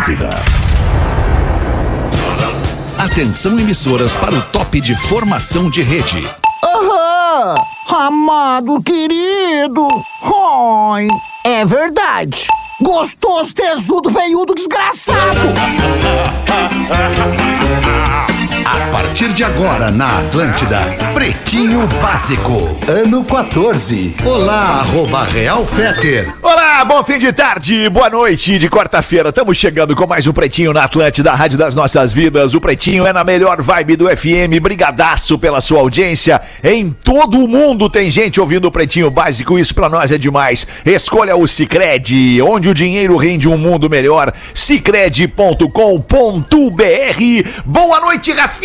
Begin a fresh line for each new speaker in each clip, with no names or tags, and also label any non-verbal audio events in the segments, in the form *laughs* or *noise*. Atlântida. Atenção emissoras para o top de formação de rede.
Aham! Amado querido! Oi! É verdade! Gostoso, tesudo, veiudo, desgraçado!
A partir de agora na Atlântida, Pretinho Básico, ano 14. Olá, arroba Real Feter.
Olá, bom fim de tarde, boa noite de quarta-feira. Estamos chegando com mais um Pretinho na Atlântida, a Rádio das Nossas Vidas. O Pretinho é na melhor vibe do FM. Brigadaço pela sua audiência. Em todo o mundo tem gente ouvindo o Pretinho Básico. Isso pra nós é demais. Escolha o Cicred, onde o dinheiro rende um mundo melhor. Cicred.com.br. Boa noite, Rafinha!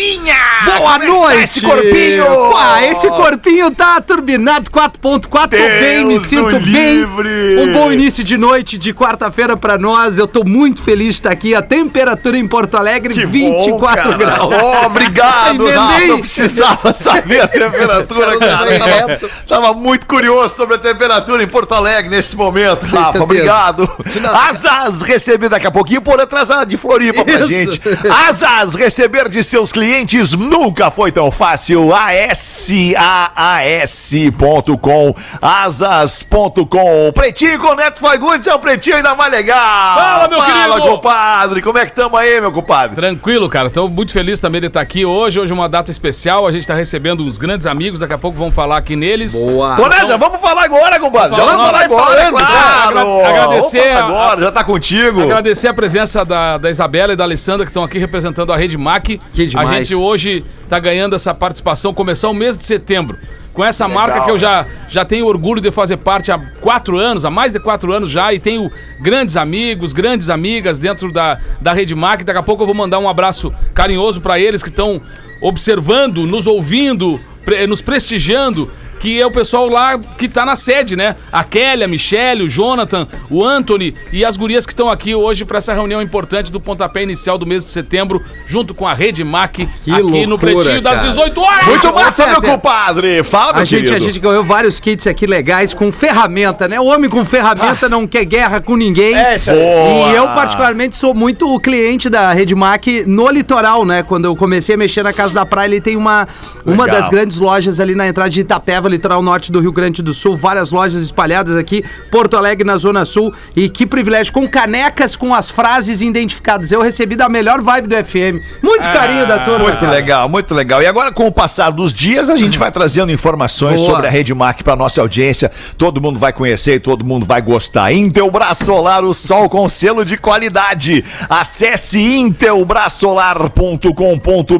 Boa
Como é que tá
noite!
Esse corpinho!
Pá, esse corpinho tá turbinado 4.4, tô
Deus
bem, me
o
sinto bem.
livre!
Um bom início de noite de quarta-feira pra nós. Eu tô muito feliz de estar aqui. A temperatura em Porto Alegre,
Que bom,
24
cara.
graus.
Ó, obrigado,
Emendei.
Rafa. Eu precisava saber a temperatura, cara. Eu Tava, tava muito curioso sobre a temperatura em Porto Alegre nesse momento, Rafa.
certeza.
Obrigado. Asas receber daqui a pouquinho por atrasado de Floripa pra
Isso. *laughs*
gente. Asas receber de seus clientes nunca foi tão fácil. ASAAS.com Asas.com Pretinho com Neto Fagundes é o pretinho ainda mais legal.
Fala, meu
Fala,
querido.
compadre. Como é que tamo aí, meu compadre?
Tranquilo, cara. Tô muito feliz também de estar aqui hoje. Hoje é uma data especial. A gente tá recebendo uns grandes amigos. Daqui a pouco vamos falar aqui neles.
Boa.
Tonel, já vamos falar agora, compadre. Já
Vamos
vamos falar
falar, vai
agora, é
falando,
claro.
já. Agra- agradecer
Opa,
a-
agora, já tá contigo.
Agradecer a presença da, da Isabela e da Alessandra que estão aqui representando a Rede Mac.
Que demais.
A gente hoje tá ganhando essa participação, começar o mês de setembro. Com essa marca que eu já, já tenho orgulho de fazer parte há quatro anos, há mais de quatro anos já, e tenho grandes amigos, grandes amigas dentro da, da Rede Mac. Daqui a pouco eu vou mandar um abraço carinhoso para eles que estão observando, nos ouvindo, pre- nos prestigiando. Que é o pessoal lá que tá na sede, né? A Kelly, a Michelle, o Jonathan, o Anthony e as gurias que estão aqui hoje para essa reunião importante do pontapé inicial do mês de setembro, junto com a Rede Mac, aqui no
loucura,
Pretinho das
cara.
18 horas.
Muito
Ô,
massa, meu
Peter.
compadre. Fala, meu
A gente, a
querido.
gente ganhou vários kits aqui legais com ferramenta, né? O homem com ferramenta não quer guerra com ninguém.
Ah. É, isso aí. Boa.
E eu, particularmente, sou muito o cliente da Rede Mac no litoral, né? Quando eu comecei a mexer na Casa da Praia, ele tem uma, uma
Legal.
das grandes lojas ali na entrada de Itapeva, litoral norte do Rio Grande do Sul. Várias lojas espalhadas aqui, Porto Alegre, na Zona Sul. E que privilégio, com canecas com as frases identificadas. Eu recebi da melhor vibe do FM. Muito carinho da turma.
Ah, Muito
cara. Uhum.
legal, muito legal. E agora, com o passar dos dias, a gente vai trazendo informações
Boa.
sobre a Rede Mac para nossa audiência. Todo mundo vai conhecer e todo mundo vai gostar. Intelbras Solar, o sol com selo de qualidade. Acesse intelbrasolar.com.br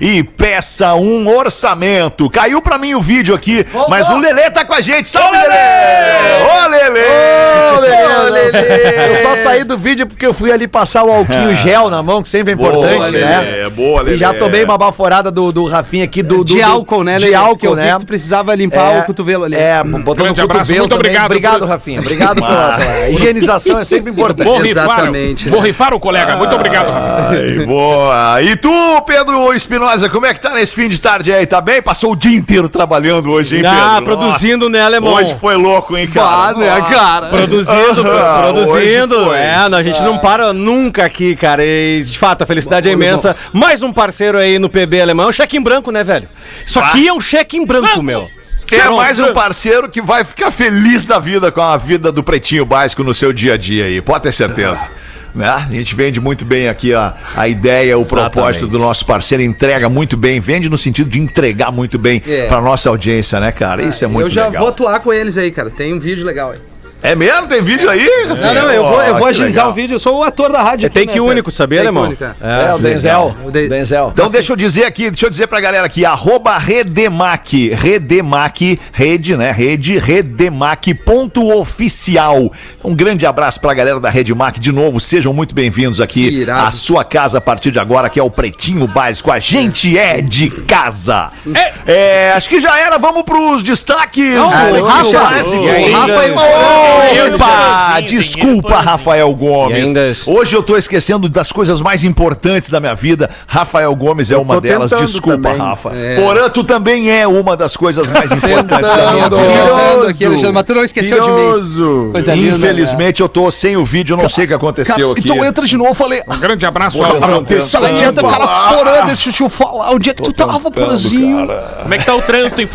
e peça um orçamento. Caiu para mim o vídeo aqui, mas o Lelê tá com a gente. Salve, Lelê! Ô, Lelê!
Ô, Lelê.
Eu só saí do vídeo porque eu fui ali passar o alquinho
*laughs*
gel na mão, que sempre é importante,
Boa,
né?
Lelê, é boa, Lelê.
E já tomei uma baforada do, do Rafinha aqui do, do-
de
do-
álcool, né,
De
Porque
álcool,
eu vi
né?
que tu precisava limpar o cotovelo ali.
É, botou
Grande
no
abraço,
cotovelo
muito
também.
obrigado
Obrigado,
por-
Rafinha. Obrigado pela, pela
*laughs*
higienização,
*laughs*
é sempre importante.
Vou rifar,
Exatamente. Ah.
Vou rifar o colega. Muito obrigado. Rafa.
Ai, boa. E tu, Pedro Espinosa, como é que tá nesse fim de tarde aí? Tá bem? Passou o dia inteiro trabalhando hoje, hein, Pedro?
Ah,
Nossa,
produzindo, né, alemão?
Hoje foi louco, hein, cara?
Ah, né,
Nossa.
cara?
Produzindo,
Ah,
pro-
hoje
produzindo.
foi.
É, não, a gente não para nunca aqui, cara. E, de fato, a felicidade é imensa. Mais um parceiro aí no PB alemão. É um cheque em branco, né, velho? Isso
Ah.
aqui é um cheque em branco, meu.
É
Pronto.
mais um parceiro que vai ficar feliz da vida com a vida do Pretinho Básico no seu dia a dia aí, pode ter certeza. Né? A gente vende muito bem aqui a, a ideia, o propósito do nosso parceiro, entrega muito bem, vende no sentido de entregar muito bem
É.
pra nossa audiência, né, cara? Isso
Ah,
é muito
eu já
legal.
vou atuar com eles aí, cara. Tem um vídeo legal aí.
É mesmo? Tem vídeo aí?
É.
Ah,
Não, não, eu vou, eu vou agilizar
o
o vídeo. Eu sou o ator da rádio. né,
É take
Pedro?
único, sabia,
né,
Take
alemão?
único, é.
É, o Denzel.
O de-
Denzel.
Então deixa eu dizer aqui, deixa eu dizer pra galera aqui, arroba Redemac, Redemac, rede, né, rede, Redemac ponto oficial. Um grande abraço pra galera da Redemac, de novo, sejam muito bem-vindos aqui
Que irado.
à sua casa a partir de agora, que é o Pretinho Básico, a gente é de casa.
É.
É, acho que já era, vamos pros destaques.
Não, o
Pretinho
Rafa-
Básico.
é
o Rafa
Ô,
e o-
É Opa! Desculpa, Rafael Gomes.
E ainda-
Hoje eu tô esquecendo das coisas mais importantes da minha vida. Rafael Gomes é uma delas.
tentando
Desculpa,
também.
Rafa.
É.
*laughs*
Porã, tu também é uma das coisas
*laughs*
mais importantes da minha
Tentando.
vida.
Maravilhoso.
aqui, Alexandre, mas tu não esqueceu de mim.
Curioso.
Coisa linda, né?
Infelizmente, eu tô sem o vídeo, não sei o que aconteceu aqui.
Então entra de novo, eu falei. ah,
Um grande abraço.
Porra,
ao-
não tem
Se ela adianta, o cara, porã, deixa eu falar. Onde é que tu tava, porãzinho?
Como é que tá o trânsito em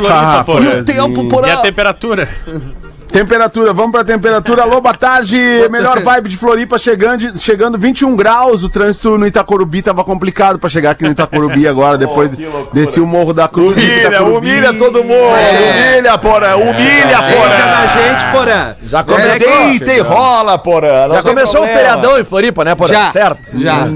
Floripa,
Ah,
pô?
E
é
o
assim.
tempo, porã.
E a temperatura?
Temperatura, vamos pra temperatura. Alô, boa tarde. Melhor vibe de Floripa chegando, chegando 21 graus. O trânsito no Itacorubi tava complicado pra chegar aqui no Itacorubi agora, depois desse o Morro da Cruz.
Humilha,
Itacorubi.
humilha todo mundo.
É.
Humilha, Porã. Humilha,
Eita na
Porã.
gente, porã.
Já, come...
É, Deita e rola, Porã. Não
já
tem
começou o
problema.
feriadão em Floripa, né, Porã?
Já.
Certo? Hum,
Já.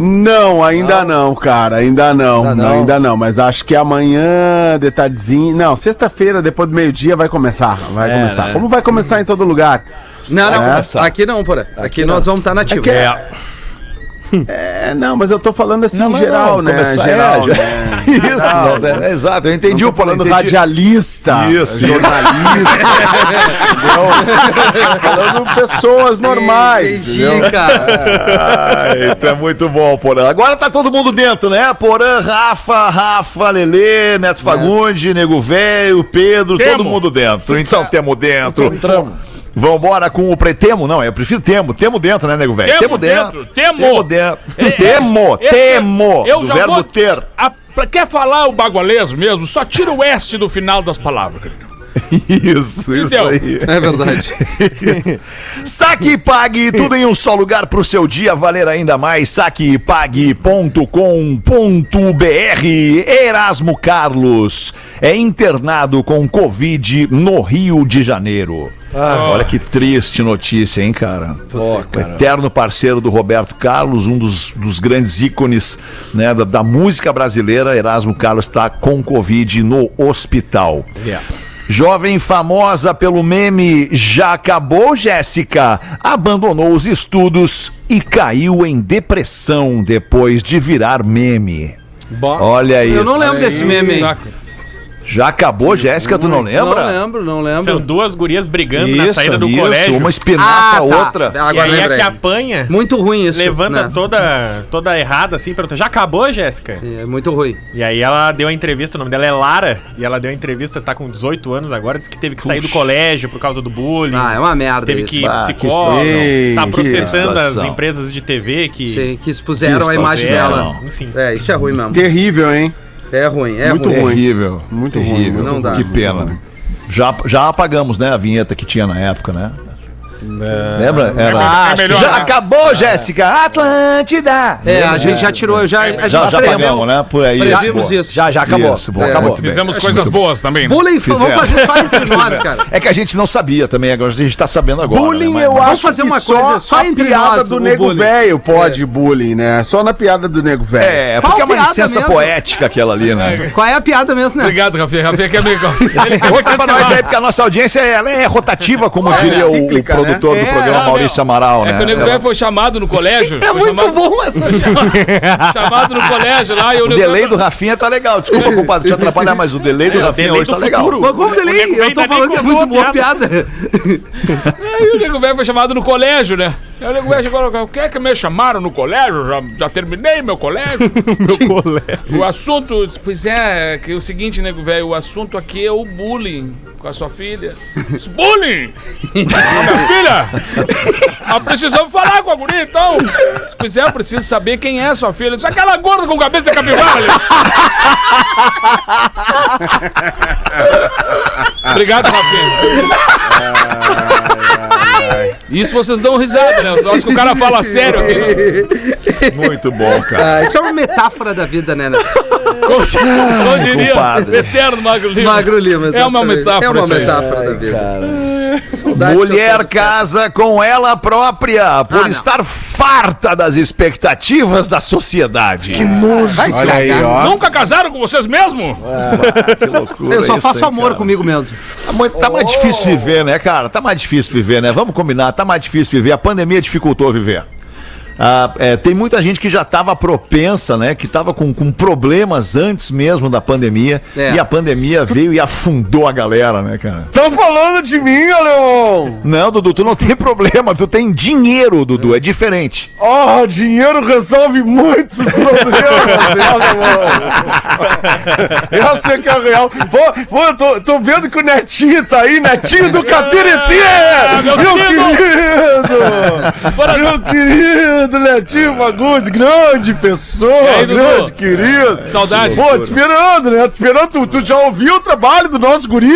Não, ainda não, cara, ainda não,
Ainda
ainda
não.
não, ainda não, mas acho que amanhã, de tardezinho, não, sexta-feira, depois do meio-dia, vai começar, vai começar, como vai começar em todo lugar? É?
Não, não.
Essa.
Aqui não, porã. Aqui, nós vamos estar nativo.
É. É, não, mas eu tô falando assim, em geral, né,
começar-
geral,
é,
né?
*laughs* Isso, não, né? É, exato, eu entendi o
Tô
Porã.
falando
entendi.
radialista,
Isso,
jornalista, entendeu? falando pessoas normais, entendeu?
Entendi,
*laughs*
cara.
Ai, tu é muito bom, Porã. Agora tá todo mundo dentro, né? Porã, Rafa, Rafa, Lelê, Neto Fagundi, Nego Velho, Pedro, todo
Temo.
mundo dentro. Então temos dentro. Entramos. Vambora com o pretemo, não, eu prefiro temo, temo dentro, né, nego velho?
Temo dentro, temo.
temo dentro,
É,
temo,
esse-
temo,
eu
do
já
verbo
vou-
ter.
A- pra- quer falar o bagualês mesmo? Só tira o S do final das palavras. cara.
Isso, isso
Então,
Entendeu?
aí.
É verdade.
*laughs* Saque e pague, tudo em um só lugar pro seu dia valer ainda mais. Saquepague.com.br Erasmo Carlos é internado com Covid no Rio de Janeiro. Olha que triste notícia, hein, cara? O eterno parceiro do Roberto Carlos, um dos, dos grandes ícones né, da, da música brasileira, Erasmo Carlos está com Covid no hospital. Jovem famosa pelo meme Já acabou, Jéssica? Abandonou os estudos e caiu em depressão depois de virar meme. Olha isso.
Eu não lembro desse meme, hein?
Saca.
Já acabou, Jéssica? Tu não lembra?
Não lembro, não
São
lembro.
duas gurias brigando na saída do
isso,
colégio.
uma espinata a outra.
E
Ah, tá. Agora
aí a
lembrei.
que apanha,
Muito ruim isso.
levanta
né?
toda, toda errada assim, pergunta, já acabou, Jéssica?
É muito ruim.
E aí ela deu a entrevista, o nome dela é Lara, e ela deu a entrevista, tá com 18 anos agora, disse que teve que sair do colégio por causa do bullying.
Ah, é uma merda
Teve
isso.
que ir
bah.
psicólogo,
situação.
tá
Que
processando as
situação.
empresas de TV que
Sim, que expuseram
Isso,
a imagem
É,
dela.
não, Enfim.
É, isso é ruim mesmo.
Terrível, hein?
É ruim, é
Muito
ruim.
ruim.
Terrível.
Muito
terrível.
ruim,
não dá.
Que pena. né? Já, já apagamos, né, a vinheta que tinha na época, né?
É.
Lembra? Era...
Ah, acho que
já
já-
acabou, Jéssica! Atlântida!
É, a gente já tirou, já, a gente
É, Já, já
preveu.
apagamos, né? Por aí.
Previmos
boa.
isso.
Já, já acabou.
Isso, bom,
É,
acabou.
muito
Fizemos coisas boas também. né?
Bullying, fa- vamos
Fizeram.
fazer só entre nós,
*laughs*
cara.
É que a gente não sabia também, agora a gente tá sabendo agora.
Bullying,
né? Mas-
eu
mas-
acho
fazer uma
que
coisa, só
só a
entre
piada
nós, o
do nego
bullying.
velho pode bullying, né? Só na piada do nego velho.
É, porque é uma
piada
licença
mesmo.
poética aquela ali, né?
Qual é a piada mesmo, né?
Obrigado, Rafinha. Rafinha
é
quer me. Ele quer me
Conta pra nós aí,
cancelar.
porque a nossa audiência ela é rotativa, como diria o-
cíclica,
o
né?
produtor do
É,
programa
não,
Maurício
não.
Amaral,
É
né?
que o Nego
Ela-
Velho foi chamado no colégio.
É
foi
muito
chamado,
bom
*laughs*
*laughs*
essa.
chamado no colégio lá e o
O
Nego
delay
Velho-
do Rafinha tá legal. Desculpa, compadre, te atrapalhar, mas o delay do Rafinha
É, delay
hoje
do
tá legal.
futuro.
Mas como delay?
O nego
Eu
velho
tô
ainda
falando
nem
que é muito
contou a
boa a piada.
Aí o Nego Velho foi chamado no colégio, né? Aí o Nego Velho chegou e falou, quer que me chamaram no colégio? Já, já terminei meu colégio. *laughs* meu colégio. O assunto, disse, pois é, que é o seguinte, Nego Velho, o assunto aqui é o bullying com a sua filha. Disse, bullying? minha filha? Nós precisamos falar com a guria, então. Disse, pois é, eu preciso saber quem é sua filha. Disse, aquela gorda com cabeça de capivara *laughs* ali. Obrigado, Rafinha. Isso vocês dão risada, né? Eu acho que o cara
*laughs*
fala sério aqui. né?
Muito bom, cara.
Ah, isso é uma metáfora da vida, né? Neto?
Como di-
Ah,
como diria
compadre.
o eterno Magro Lima.
é né? Magro Lima.
É uma
exatamente.
metáfora
É uma
isso aí.
metáfora da vida. Saudade que eu
Mulher
tenho.
casa com ela própria por
Ah, não.
estar farta das expectativas da sociedade. Que
Olha aí, ó.
Nunca casaram com vocês mesmo?
Ah,
loucura.
Eu só
isso,
faço
hein,
amor
cara?
comigo mesmo.
Tá mui- Tá mais difícil viver, né, cara? Tá mais difícil viver, né? Vamos combinar, tá mais difícil viver. A pandemia dificultou viver. ah, é, tem muita gente que já estava propensa, né? Que estava com, com problemas antes mesmo da pandemia.
É.
E a pandemia veio e afundou a galera, né, cara?
Estão falando de mim, Leon!
Não, Dudu, tu não tem problema, tu tem dinheiro, Dudu, é diferente.
Oh, dinheiro resolve muitos problemas, *laughs* né, Leon? Essa é que é a real. Pô, pô, tô, tô vendo que o Netinho tá aí, Netinho do Cateretê!
É, meu
meu
primo!
querido!
Bora,
Meu querido Netinho Fagundes, grande pessoa,
aí, Dudu? É,
grande querido.
Saudade.
Pô, te esperando, né? Te esperando. Tu, tu já ouviu o trabalho do nosso guri?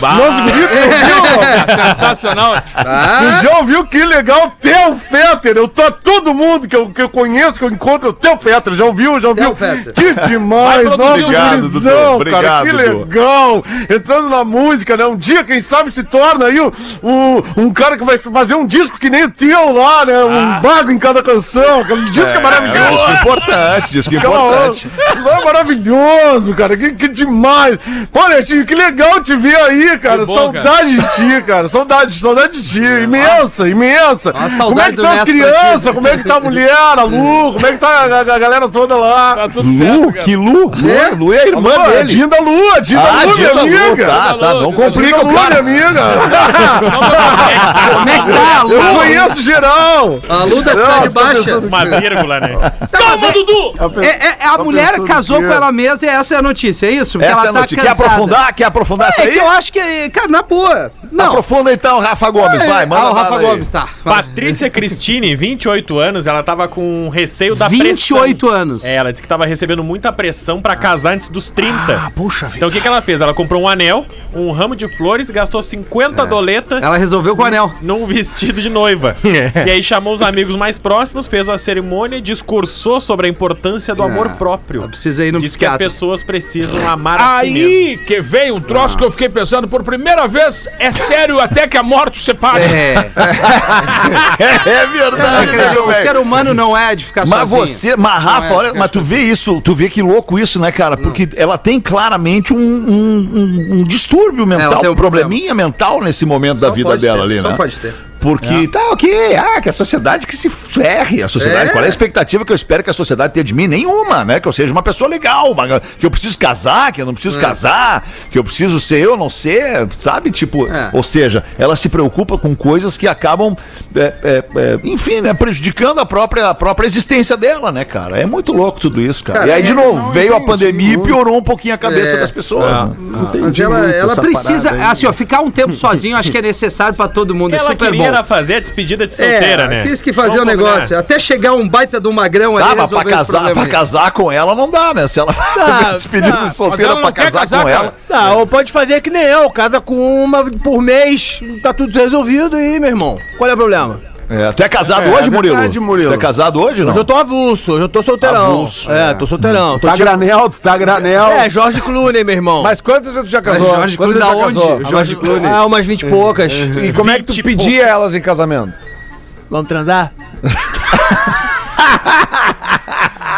Nosso guri,
*laughs*
tu ouviu?
Tá Sensacional.
Ah?
Tu já ouviu que legal Theo Fetter? Eu tô todo mundo que eu, que eu conheço, que eu encontro, é o Theo Fetter. Já ouviu? Já ouviu?
Theo Fetter.
Que demais,
Vai
nossa
produzir.
Obrigado, Dudu.
prisão, cara.
Obrigado,
Que
Dudu.
legal. Entrando na música, né? Um dia, quem sabe, se torna aí o, o- um cara que vai fazer um disco que nem o teu lá, né? Um bago em cada canção. Aquele disco é, maravilhoso.
Ah. Disco importante, disco importante.
Aquela- é maravilhoso, cara. Que, que demais. Pô, Netinho, que legal te ver aí, cara.
Que bom,
saudade de ti, cara. Saudade, saudade de ti. Imensa, imensa.
Uma saudade
Como é que
do
tá as
Neto pra ti.
crianças? Como é que tá a mulher, a Lu? Como é que tá a, a- a galera toda lá?
Tá tudo certo, cara.
que Lu? Lu é, Lu é a irmã
Alô, a
dele.
Dinda Lu, a Dinda
Ah,
Lu, minha
Dinda Lu,
amiga.
tá, tá, não complica
Dinda
o
Lu, minha
cara.
amiga.
Como é que tá, Lu?
Eu conheço geral.
A Lu da Cidade Baixa.
Uma vírgula, né?
Toma, Dudu!
É, é- é a mulher
pensando
casou
que-
com ela mesma e essa é a notícia, é isso? Porque
Essa é a
ela tá
notícia. Quer
casada.
aprofundar? Quer aprofundar essa
É
aí?
que eu acho que, cara, na boa. Não.
Aprofunda então, Rafa Gomes, vai, manda
ah, o Rafa
bala aí.
Gomes, tá.
Patrícia Cristine, 28 anos, ela tava com um receio da
28
pressão.
anos.
É, ela disse que tava recebendo muita pressão pra casar antes dos 30. Ah, puxa vida. Então o que, que ela fez? Ela comprou um anel, um ramo de flores, gastou 50 doleta
É. Ela resolveu com o anel. É.
num vestido de noiva. e aí chamou os amigos mais próximos, fez a cerimônia e discursou sobre a importância do amor próprio.
Ela precisa É. ir no
Diz que as
psiquiatra.
pessoas precisam amar a si mesmo.
Aí que veio um
Ah.
troço que eu fiquei pensando por primeira vez, é sério até que a morte os separe.
É.
*laughs* É
Não,
verdade,
acredito,
meu
o
velho.
ser humano não é de ficar
Mas
sozinho.
você, mas Rafa,
Não é,
olha,
fica
mas tu vê isso, tu vê que louco isso, né, cara? Porque ela tem claramente um, um- um- um distúrbio mental,
ela tem
um
um
probleminha mental nesse momento da
Só
vida
pode
dela
ter,
ali,
só
né?
pode ter.
Porque tá ok, ah, que a sociedade que se ferre, a sociedade,
É.
qual é a expectativa que eu espero que a sociedade tenha de mim? Nenhuma, né? Que eu seja uma pessoa legal, uma- que eu preciso casar, que eu não preciso casar, que eu preciso ser eu, não ser, sabe? Tipo,
É.
ou seja, ela se preocupa com coisas que acabam, é, é, é, enfim, né, prejudicando a própria, a própria existência dela, né, cara? É muito louco tudo isso, cara.
Cara,
e aí, de
eu
novo, veio a
entendi
pandemia e
muito.
piorou um pouquinho a cabeça
É.
das pessoas. né?
Mas ela, ela precisa,
*laughs*
assim, ó, ficar um tempo sozinho, acho que é necessário pra todo mundo, é
Ela
super
queria
bom.
era fazer a despedida de solteira,
É,
né?
quis que fazer o
Vamos combinar.
negócio. Até chegar um baita do magrão ali
Tá,
e
mas pra
resolver esse
casar, pra
problema. aí.
casar com ela não dá, né? Se ela *laughs* tá, despedida de solteira
ela
pra
não quer
casar,
casar
com
com
ela.
ela.
Não, ou pode fazer que nem eu, cada com uma por mês, tá tudo resolvido aí, meu irmão. Qual é o problema?
É, tu é casado
É, é
hoje, Murilo?
verdade, Murilo.
Tu é casado hoje, não?
Hoje eu tô avulso, hoje eu tô solteirão.
Avulso.
é, tô solteirão. Tô
Tá
tipo-
granel, tu tá granel.
É, Jorge Clooney, meu irmão.
Mas quantas vezes tu já
Mas
casou?
Jorge
quantas
Clooney da
vezes já
onde?
casou?
Jorge Clooney.
Ah, umas vinte e poucas.
E como é que tu
Vinte e
pedia elas em casamento?
Vamos transar?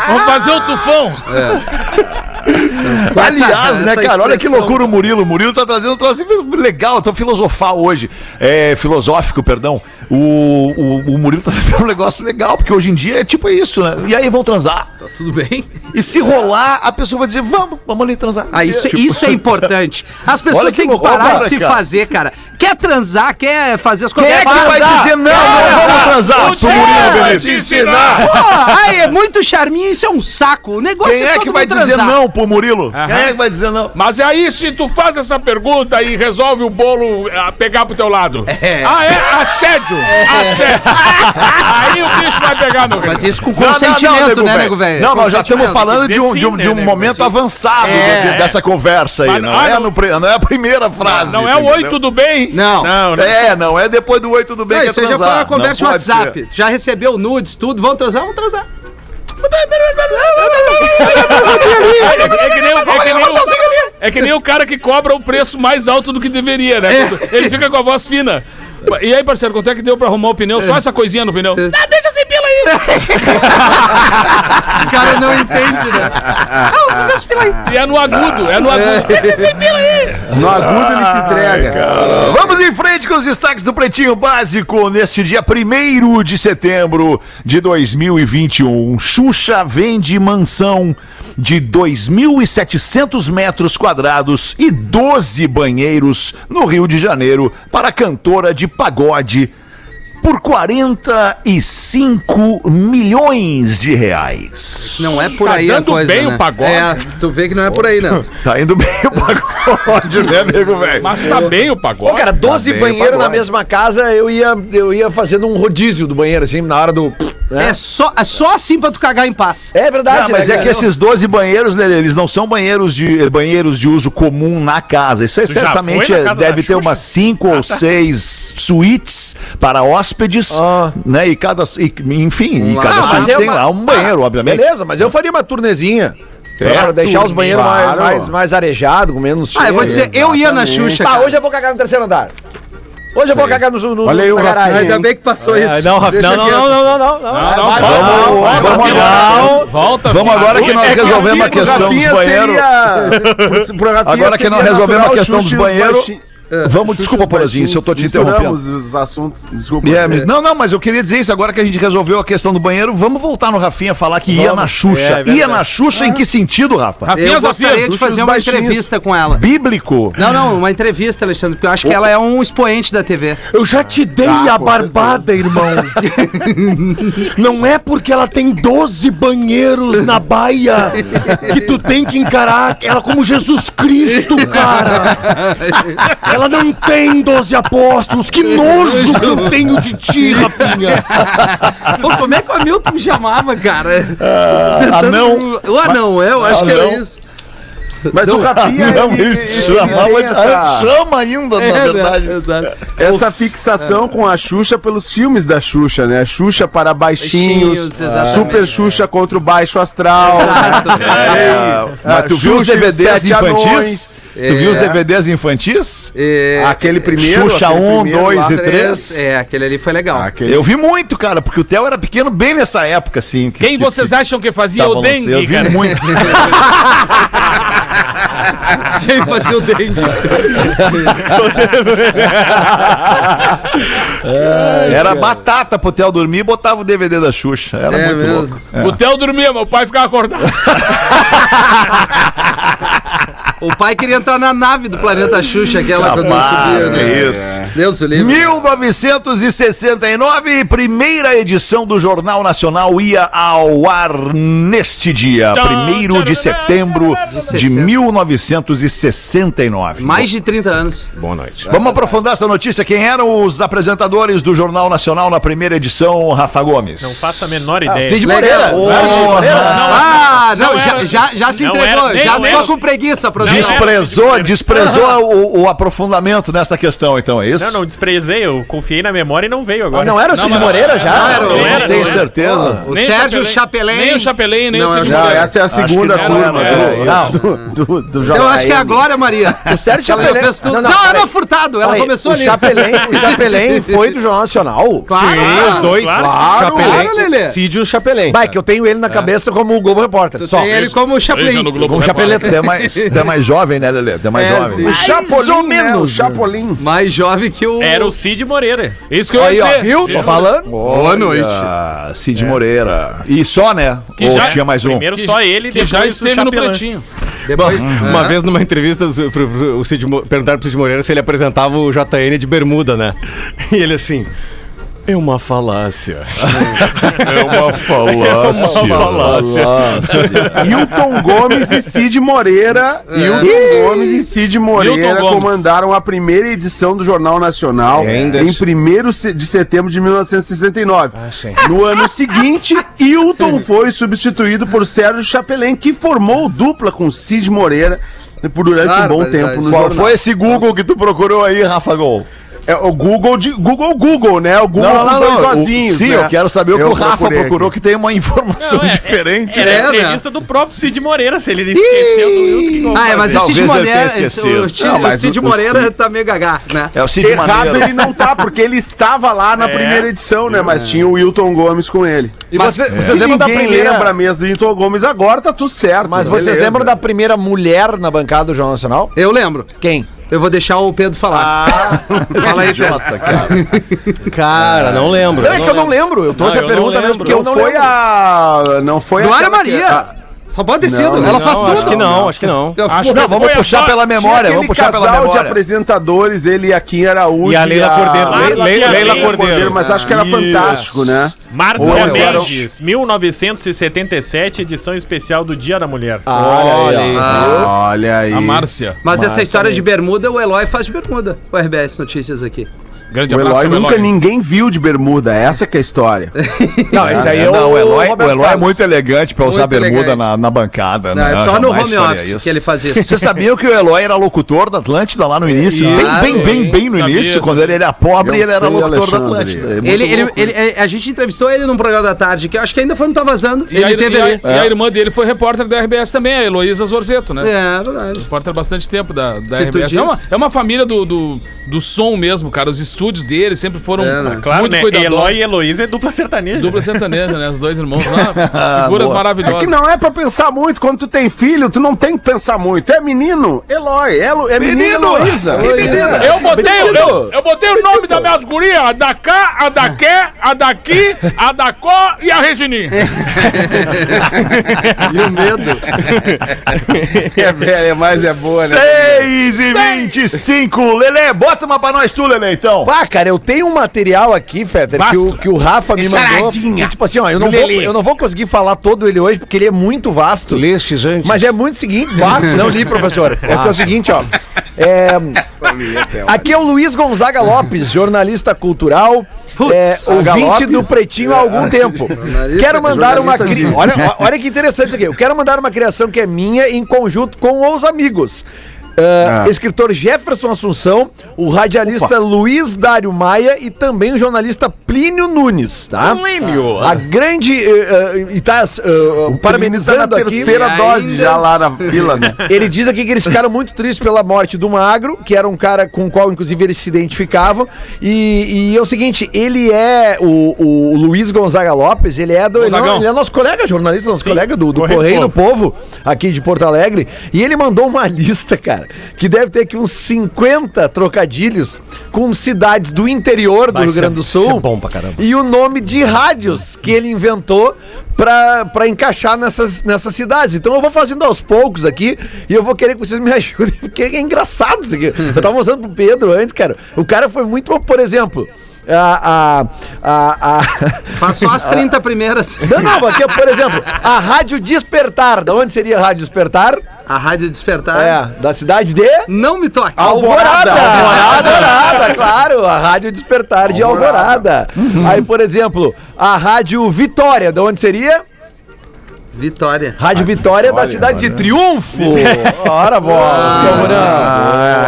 Vamos fazer o tufão.
É. Aliás,
É. essa
né, cara? Olha que
expressão.
loucura o Murilo. O Murilo tá trazendo um troço legal. Eu tô filosofal hoje. É, filosófico, perdão. O, o, o Murilo tá *laughs* trazendo um negócio legal, porque hoje em dia é tipo isso, né? E aí vão transar.
Tá Tudo bem?
E se rolar, a pessoa vai dizer, vamos, vamos ali transar.
Ah, isso,
Tipo, *laughs*
isso é importante. As
Olha
pessoas
que
têm que
loucura,
parar de
cara.
se fazer, cara. Quer transar, quer fazer as
Quem
coisas.
é que vai dizer não, não vamos transar? Pro Murilo,
Vou
Benício.
te ensinar.
Pô, aí é muito charminho, isso é um saco. O negócio
Quem é
todo
que vai
mundo
dizer
transar.
não pro Murilo? Quem
Aham.
é que vai dizer não?
Mas aí, se tu faz essa pergunta e resolve o bolo ah, pegar pro teu lado.
É.
Ah, é? Assédio. Assédio. Aí o bicho vai pegar no
Mas isso com
Não, não, não, nego
consentimento, né,
velho.
nego velho?
Não, nós já estamos
Consentimento.
falando de um, de um,
Sim,
de um
né, nego
momento
velho?
avançado
É.
de- de- dessa conversa aí.
Mas-
não,
ah,
é
não-
no pre- não é a primeira frase.
Não é o
entendeu?
oi, tudo bem?
Não.
Não, né?
É, não é depois do oi, tudo bem
Não,
que é
isso aí já foi
transar.
uma conversa
Não
no
pode
WhatsApp.
ser.
Já recebeu nudes, tudo. Vamos transar? Vamos transar.
É, que- é que nem o- é que nem
Vamos botar o
o-
cigarrinho.
é que nem o cara que cobra o preço mais alto do que deveria, né? Ele é
É. *laughs*
fica com a voz fina. E aí, parceiro, quanto é que deu pra arrumar o pneu? Só essa coisinha no pneu. Ah, deixa sem pila aí,
O cara não entende, né?
*laughs*
Ah, usa seus pila aí.
E é no agudo, é no agudo. Esse pila aí.
No agudo ele se entrega.
Vamos em frente com os destaques do Pretinho Básico neste dia 1 de setembro de 2021. Xuxa vende mansão de 2.700 metros quadrados e 12 banheiros no Rio de Janeiro para a cantora de pagode por 45 milhões de reais.
Não é por
Tá
aí a
dando
coisa,
bem
né?
o pagode.
É, tu vê que não é por aí, Neto.
Tá indo bem o pagode, né, nego, velho?
Mas tá bem o
Ô,
pagode.
cara, 12
bem,
banheiros na
pagode.
mesma casa, eu ia, eu ia fazendo um rodízio do banheiro, assim, na hora do.
É,
né?
só, é só assim pra tu cagar em paz.
É
Ah,
verdade,
mas
né,
é
cara?
que esses 12 banheiros, Lelê, eles não são banheiros de, eh, banheiros de uso comum na casa. Isso aí
Tu já
certamente
foi na
é-
casa
deve
da
ter
Xuxa?
umas 5 ou 6 suítes para hóspedes,
Ah.
né? E cada, e- enfim, e
lá.
cada
Ah,
suíte
mas é
tem
uma-
lá um banheiro, obviamente. Né?
Beleza, mas eu faria uma turnezinha. pra deixar os banheiros mais, mais, mais arejados, com menos
Ah, eu vou
cheiro.
dizer, eu ia na Xuxa,
Tá,
cara.
hoje eu vou cagar no terceiro andar. Hoje eu vou cagar no, no,
Olha aí
no,
o
na
Rafinha,
garagem.
Ainda bem que
Ah,
passou isso.
É, Não, Rafa,
Deixa
não, não,
quieto.
não, não, não, não.
Não, não,
Vai,
volta,
vai, vai,
volta,
vamos
Vila. Volta,
Vamos
Vila.
agora que nós
É que assim,
resolvemos a questão dos
*laughs*
Rafinha
banheiros.
seria- pro Rafinha
Agora que
seria
nós resolvemos a
natural,
questão dos
Xuxa eh, e os
banheiros.
baixinhos-
É. Vamos, desculpa, Porazinho, se eu tô te interrompendo.
Misturamos os assuntos, desculpa.
E é, mas- não, não, mas eu queria dizer isso. Agora que a gente resolveu a questão do banheiro, vamos voltar no Rafinha falar que ia na
É, é
Xuxa. ia
verdade.
na Xuxa em que sentido, Rafa?
Rafinha
Eu gostaria
Zafira.
de fazer uma
baixinhos.
entrevista com ela. *laughs*
Bíblico?
Não, não, uma entrevista, Alexandre, porque eu acho que ela é um expoente da Ah, TV.
Eu já te dei a barbada, irmão. Não é porque ela tem 12 banheiros na baia que tu tem que encarar ela como Jesus Cristo, cara. Ela não tem 12 apóstolos. Que nojo que eu tenho de ti, Rafinha.
Pô, *laughs* como é que o Hamilton me chamava, cara?
anão.
O anão, eu acho que era
Anão.
isso.
Mas o Rafinha,
Não,
ele-
ele
ele-
chamava
ele
de
tem
Ah,
essa-
chama ainda,
É,
na
né?
verdade.
Exato.
Essa fixação com a Xuxa pelos filmes da Xuxa, né? Xuxa para baixinhos,
Baixinhos, exatamente.
Super Xuxa contra o Baixo Astral.
Ah,
É, mas tu viu os
Xuxa e os
DVDs
Sete
infantis?
Anões.
Tu viu os DVDs infantis?
É,
Aquele primeiro.
Xuxa
aquele
um,
primeiro
dois
lá.
e- três.
É, aquele ali foi legal.
Aquele-
Eu vi muito, cara, porque o Theo era pequeno bem nessa época, assim. que-
Quem
que-
vocês
que
acham que fazia
tava
o
lançando.
dengue,
Eu vi
cara?
*laughs*
muito.
Quem fazia o dengue?
Era batata pro Theo dormir e botava o DVD da Xuxa. *laughs* Era
É
muito
mesmo.
louco.
O Theo dormia, meu pai ficava acordado.
O pai queria entrar na nave do planeta Xuxa, aquela quando
Rapaz,
subia,
que
né?
isso.
Deus o livre.
1969, primeira edição do Jornal Nacional ia ao ar neste dia, 1 de setembro de 1969.
Mais de 30 anos.
Vamos aprofundar essa notícia. Quem eram os apresentadores do Jornal Nacional na primeira edição, Rafa Gomes?
Não faço a menor
Ah,
ideia.
Cid
Legal.
Moreira.
Ô, Ah, não, já, já, já se
não
entregou,
era, nem
já
eu
ficou
lembro.
com preguiça, produção.
Desprezou, desprezou o, o aprofundamento nessa questão, então, é isso?
Não, não desprezei, eu confiei na memória e não veio agora.
Ah, Não era o Cid Moreira já?
Não era o-
Não
Eu
era,
tenho
não era.
certeza.
O
Nem
Sérgio
Chapelein.
Chapelém.
Nem o Chapelein, nem
Não,
o Cid
não.
Não,
Moreira.
essa é a segunda
que não,
turma.
é,
do-
não.
do, do, do
Eu
jornal.
acho que é a Glória Maria.
O Sérgio
Ela
Chapelém-
fez tudo.
Não, não,
Não, ela
peraí.
é furtado, ela
Peraí,
começou
o
ali.
Chapelém,
*laughs*
o Chapelém foi do Jornal Nacional.
Claro, claro.
dois.
Claro.
Claro, Lelê.
Cid e o Chapelém.
Vai, que eu tenho ele na cabeça como o Globo Repórter.
Tu
É. só.
tem ele como o
Veja
Chapelém.
no Globo
O Chapeleiro
Repórter.
é
*laughs*
*laughs* mais, é mais jovem, né, Lelê? É mais
É,
jovem.
sim. o Chapolin,
ou
né? O
menos.
Chapolin.
Mais jovem que o.
Era o Cid Moreira.
Isso que eu
Aí,
ia
ó,
dizer.
viu? Tô falando.
Boa noite.
Ah, Cid Moreira. E só, né?
Que
Ou
já-
tinha mais um?
Primeiro só ele,
Que
depois
já
o
esteve no
Chapelão.
pretinho.
Depois.
Uma vez numa entrevista, o- pro- pro- o Cid Mo- perguntaram pro Cid Moreira se ele apresentava o JN de bermuda, né? E ele assim. É uma falácia. *laughs*
É uma É falácia.
*laughs* Hilton Gomes e Cid Moreira.
É.
Hilton Gomes e Cid Moreira
Hilton Gomes.
comandaram a primeira edição do Jornal Nacional
É,
em 1 de setembro de 1969.
Ah,
no ano seguinte,
*laughs*
Hilton foi substituído por Sérgio Chapelin, que formou dupla com Cid Moreira por durante
Claro,
um bom
verdade.
tempo no
Qual
jornal.
foi esse Google que tu procurou aí, Rafa Gol?
É o Google de Google Google, né? O Google
Não, não,
com
não.
dois
não.
sozinhos,
Sim,
né?
eu quero saber o que
Eu
o Rafa
procurei
procurou, que tem
*laughs*
uma informação
Não, é-
diferente.
Era
É,
a
né?
entrevista do próprio Cid Moreira, se ele esqueceu do Hilton que comprou.
Ah, é, mas o
Talvez
Cid
eu tenha
Moreira,
esquecido.
o Cid,
Não,
o
mas
Cid
o- o
Moreira tá meio gagá, né?
É o Cid
Errado
Maneiro.
ele não tá, porque ele estava lá na
É.
primeira edição, né? Mas tinha o Wilton Gomes com ele.
E
Mas-
você,
Você
vocês
lembra
lembram da
ninguém
primeira...
lembra mesmo do Wilton Gomes, agora tá tudo certo.
Mas vocês
Beleza.
lembram da primeira mulher na bancada do Jornal Nacional?
Eu lembro.
Quem? Ah.
Eu vou deixar o Pedro falar. *laughs* Fala aí,
*laughs*
Pedro.
Idiota, cara.
Cara, não lembro.
Não, é que eu não lembro. Eu trouxe
Não,
a
eu
pergunta
não
mesmo,
lembro.
porque eu
Não
não
foi
lembro.
a... Não foi
Glória
aquela que-
Maria!
a-
Ah.
Só pode ter sido,
não,
ela faz
Não,
tudo.
acho que não, acho que não.
Eu-
Acho
Não,
que
vamos
foi
puxar
só-
pela memória,
Aquele
vamos puxar pela
casal de
memória.
apresentadores, ele e a Kim Araújo.
E a Leila Cordeiro.
Leila,
Marcia
Leila
Ah, Leila
Cordeiro,
Cordeiro,
mas acho que era
Isso.
fantástico, né? Ou
Márcia
eles eram-
Mendes, 1977, edição especial do Dia da Mulher.
Ah,
Olha aí.
Olha aí.
A Márcia.
Mas essa história de Ah, bermuda, o Eloy faz de bermuda. O RBS Notícias aqui.
Grande
O
abraço,
Eloy
ao
nunca ninguém viu de bermuda, essa que é a história.
Não, esse aí é
Não, o Eloy, o
Roberto
Eloy é
Carlos.
muito elegante pra usar
Muito
bermuda
elegante.
na, na bancada.
Não,
né?
é só no
Jamais
home
faria
office
isso.
que ele faz isso.
Vocês sabiam que o Eloy era locutor da Atlântida
É,
lá no início?
Isso.
Bem, bem, bem, bem no
Sabia,
início,
sabia.
quando ele era pobre,
Eu
ele era
sei,
locutor da
Alexandre.
Atlântida. É muito
Ele, ele,
louco
ele- a gente entrevistou ele num programa da tarde, que eu acho que ainda foi no Tá Vazando.
E,
ele É.
a, ir-
teve
e a-
ali.
e a irmã dele foi repórter da RBS também, a Heloísa Zorzeto, né?
É, verdade.
Repórter há bastante tempo da, da
Se tu
RBS. É uma,
diz.
é uma família do, do, do som mesmo, cara. Os estúdios dele sempre foram
É, né?
muito
Claro, né?
cuidadosos.
Eloy e Heloísa é dupla sertaneja.
Dupla sertaneja, *laughs* né? Os dois irmãos
*laughs*
lá. Figuras
Boa.
maravilhosas.
É que não é pra pensar muito, quando tu tem filho, tu não tem que pensar muito. É menino, Eloy, é, é menino, Heloísa. É menina.
Eu botei, eu, eu botei o nome das minhas gurias, a da cá, a da quê, a daqui, a da có e a Regininha.
E o medo.
É velha, mas é boa, né?
6 e 25, Lele, bota uma pra nós tu, Lele, então.
Pá, cara, eu tenho um material aqui, Fetter, que
Vasto.
o, que o Rafa me mandou. Que, tipo assim, ó, eu não, vou, eu não vou conseguir falar todo ele hoje, porque ele é muito vasto.
Lestes antes.
Mas é muito seguinte. Bah, não li, professor. É
Ah.
que é o seguinte, ó. É, aqui é o Luiz Gonzaga Lopes, jornalista cultural,
Putz,
é,
Gonzaga
ouvinte
Lopes?
do Pretinho há algum tempo. Quero mandar uma cri... olha, olha que interessante isso aqui. Eu quero mandar uma criação que é minha em conjunto com os amigos. Ah, Escritor Jefferson Assunção, o radialista Luiz Dário Maia e também o jornalista Plínio Nunes, tá?
Plínio.
A grande. eh, eh, e tá eh,
Parabenizando
parabenizando
tá na
aqui.
terceira
E
dose
ainda-
já lá na fila,
*laughs*
né?
Ele diz aqui que eles ficaram muito tristes pela morte do Magro, que era um cara com o qual, inclusive, eles se identificavam. E, e é o seguinte, ele é o, o Luiz Gonzaga Lopes, ele é do. Ele,
Gonzagão.
é- ele é nosso colega, jornalista, nosso colega do, do
Correio
Correio,
do
do Povo, aqui de Porto Alegre. E ele mandou uma *laughs* lista, cara, que deve ter aqui uns 50 trocadilhos com cidades do interior do
Vai
Rio
ser-
Grande do
isso é
Sul.
bom pra caramba.
E o nome de rádios que ele inventou pra, pra encaixar nessas, nessas cidades. Então eu vou fazendo aos poucos aqui e eu vou querer que vocês me *laughs* ajudem, porque é engraçado isso aqui. Eu tava mostrando pro Pedro antes, cara. O cara foi muito, por exemplo. A. a, a, *laughs* a-
Faz só as 30 primeiras.
Não, não, aqui, por exemplo, a Rádio Despertar. Da onde seria a Rádio Despertar?
A Rádio Despertar.
É, da cidade de.
Não me toque.
Alvorada! Alvorada, Alvorada, claro! A Rádio Despertar de Alvorada. Uhum. Aí, por exemplo, a Rádio Vitória, de onde seria?
*laughs*
Vitória.
Rádio Vitória, da cidade de Triunfo. Ah, Ora, bolas, Camurão.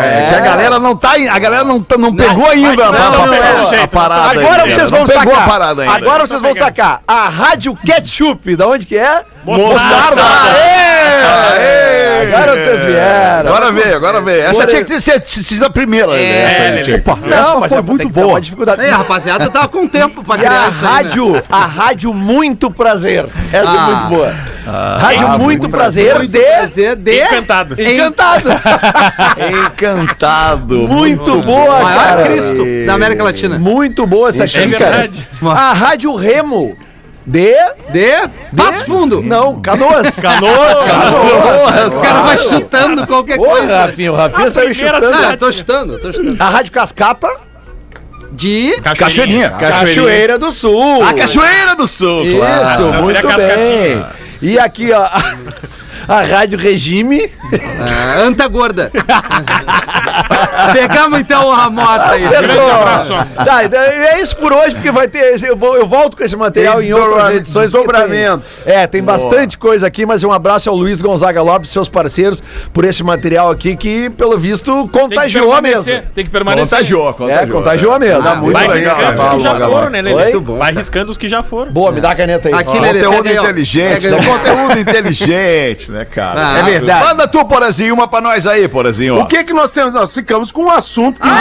É, que a galera não tá, em- a galera não, tá- não pegou ainda
não,
a, a-
não,
a-
não,
a
não.
parada.
Agora
ainda.
vocês vão
Não pegou
sacar.
a parada ainda.
Agora vocês vão sacar. A Rádio Ketchup, da onde que é?
Mostarda.
Aê! Agora vocês vieram.
Agora veio, agora veio. Essa tinha que ter sido- sido a primeira. né? Essa aí tinha que-
Não, mas é muito boa. dificuldade.
É, rapaziada, tava com tempo pra
E a
criar isso aí, né?
rádio, a rádio Muito Prazer. Essa é
Ah.
muito boa.
Ah,
rádio Ah, Muito Prazer de
Prazer de...
Encantado.
Encantado.
Encantado.
muito boa,
Maior
cara.
Cristo da América Latina.
Muito boa essa xícara.
verdade.
A Rádio Remo de...
De... Passo fundo.
Não, Canoas.
Canoas,
Os caras vão chutando qualquer
Porra,
coisa.
Rafinha, o Rafinha saiu
primeira
chutando.
Ah, tô chutando, tô chutando.
A Rádio Cascata.
De...
Cachoeirinha.
Cachoeira do Sul.
A Cachoeira do Sul,
Isso,
claro.
Senão seria
muito bem.
cascatinha.
E aqui, ó, a, a Rádio Regime. *laughs*
Ah, anta gorda. Pegamos então a moto aí.
Acertou.
abraço.
Tá, então é isso por hoje, porque vai ter. Eu, vou- eu volto com esse material
Tem
em outras
desdobra-
edições. porque tem-
desdobramentos.
é, tem bastante coisa aqui, mas um abraço ao Luiz Gonzaga Lopes, seus parceiros, por esse material aqui que, pelo visto,
Tem que
contagiou
permanecer,
mesmo.
Tem que permanecer.
É, contagiou mesmo.
Tá muito
Vai
legal.
riscando os que já
Gabardo.
foram, né, Lelê?
Oi?
Vai riscando os que já foram.
Boa, me dá a caneta aí.
Aqui, Lelê,
Conteúdo
pega aí, ó.
inteligente,
Pega
né?
aí.
Conteúdo inteligente, né, cara?
Ah,
É verdade.
Manda tu, Porazinho, uma pra nós aí, Porazinho.
O que que nós temos? Nós ficamos com um assunto que não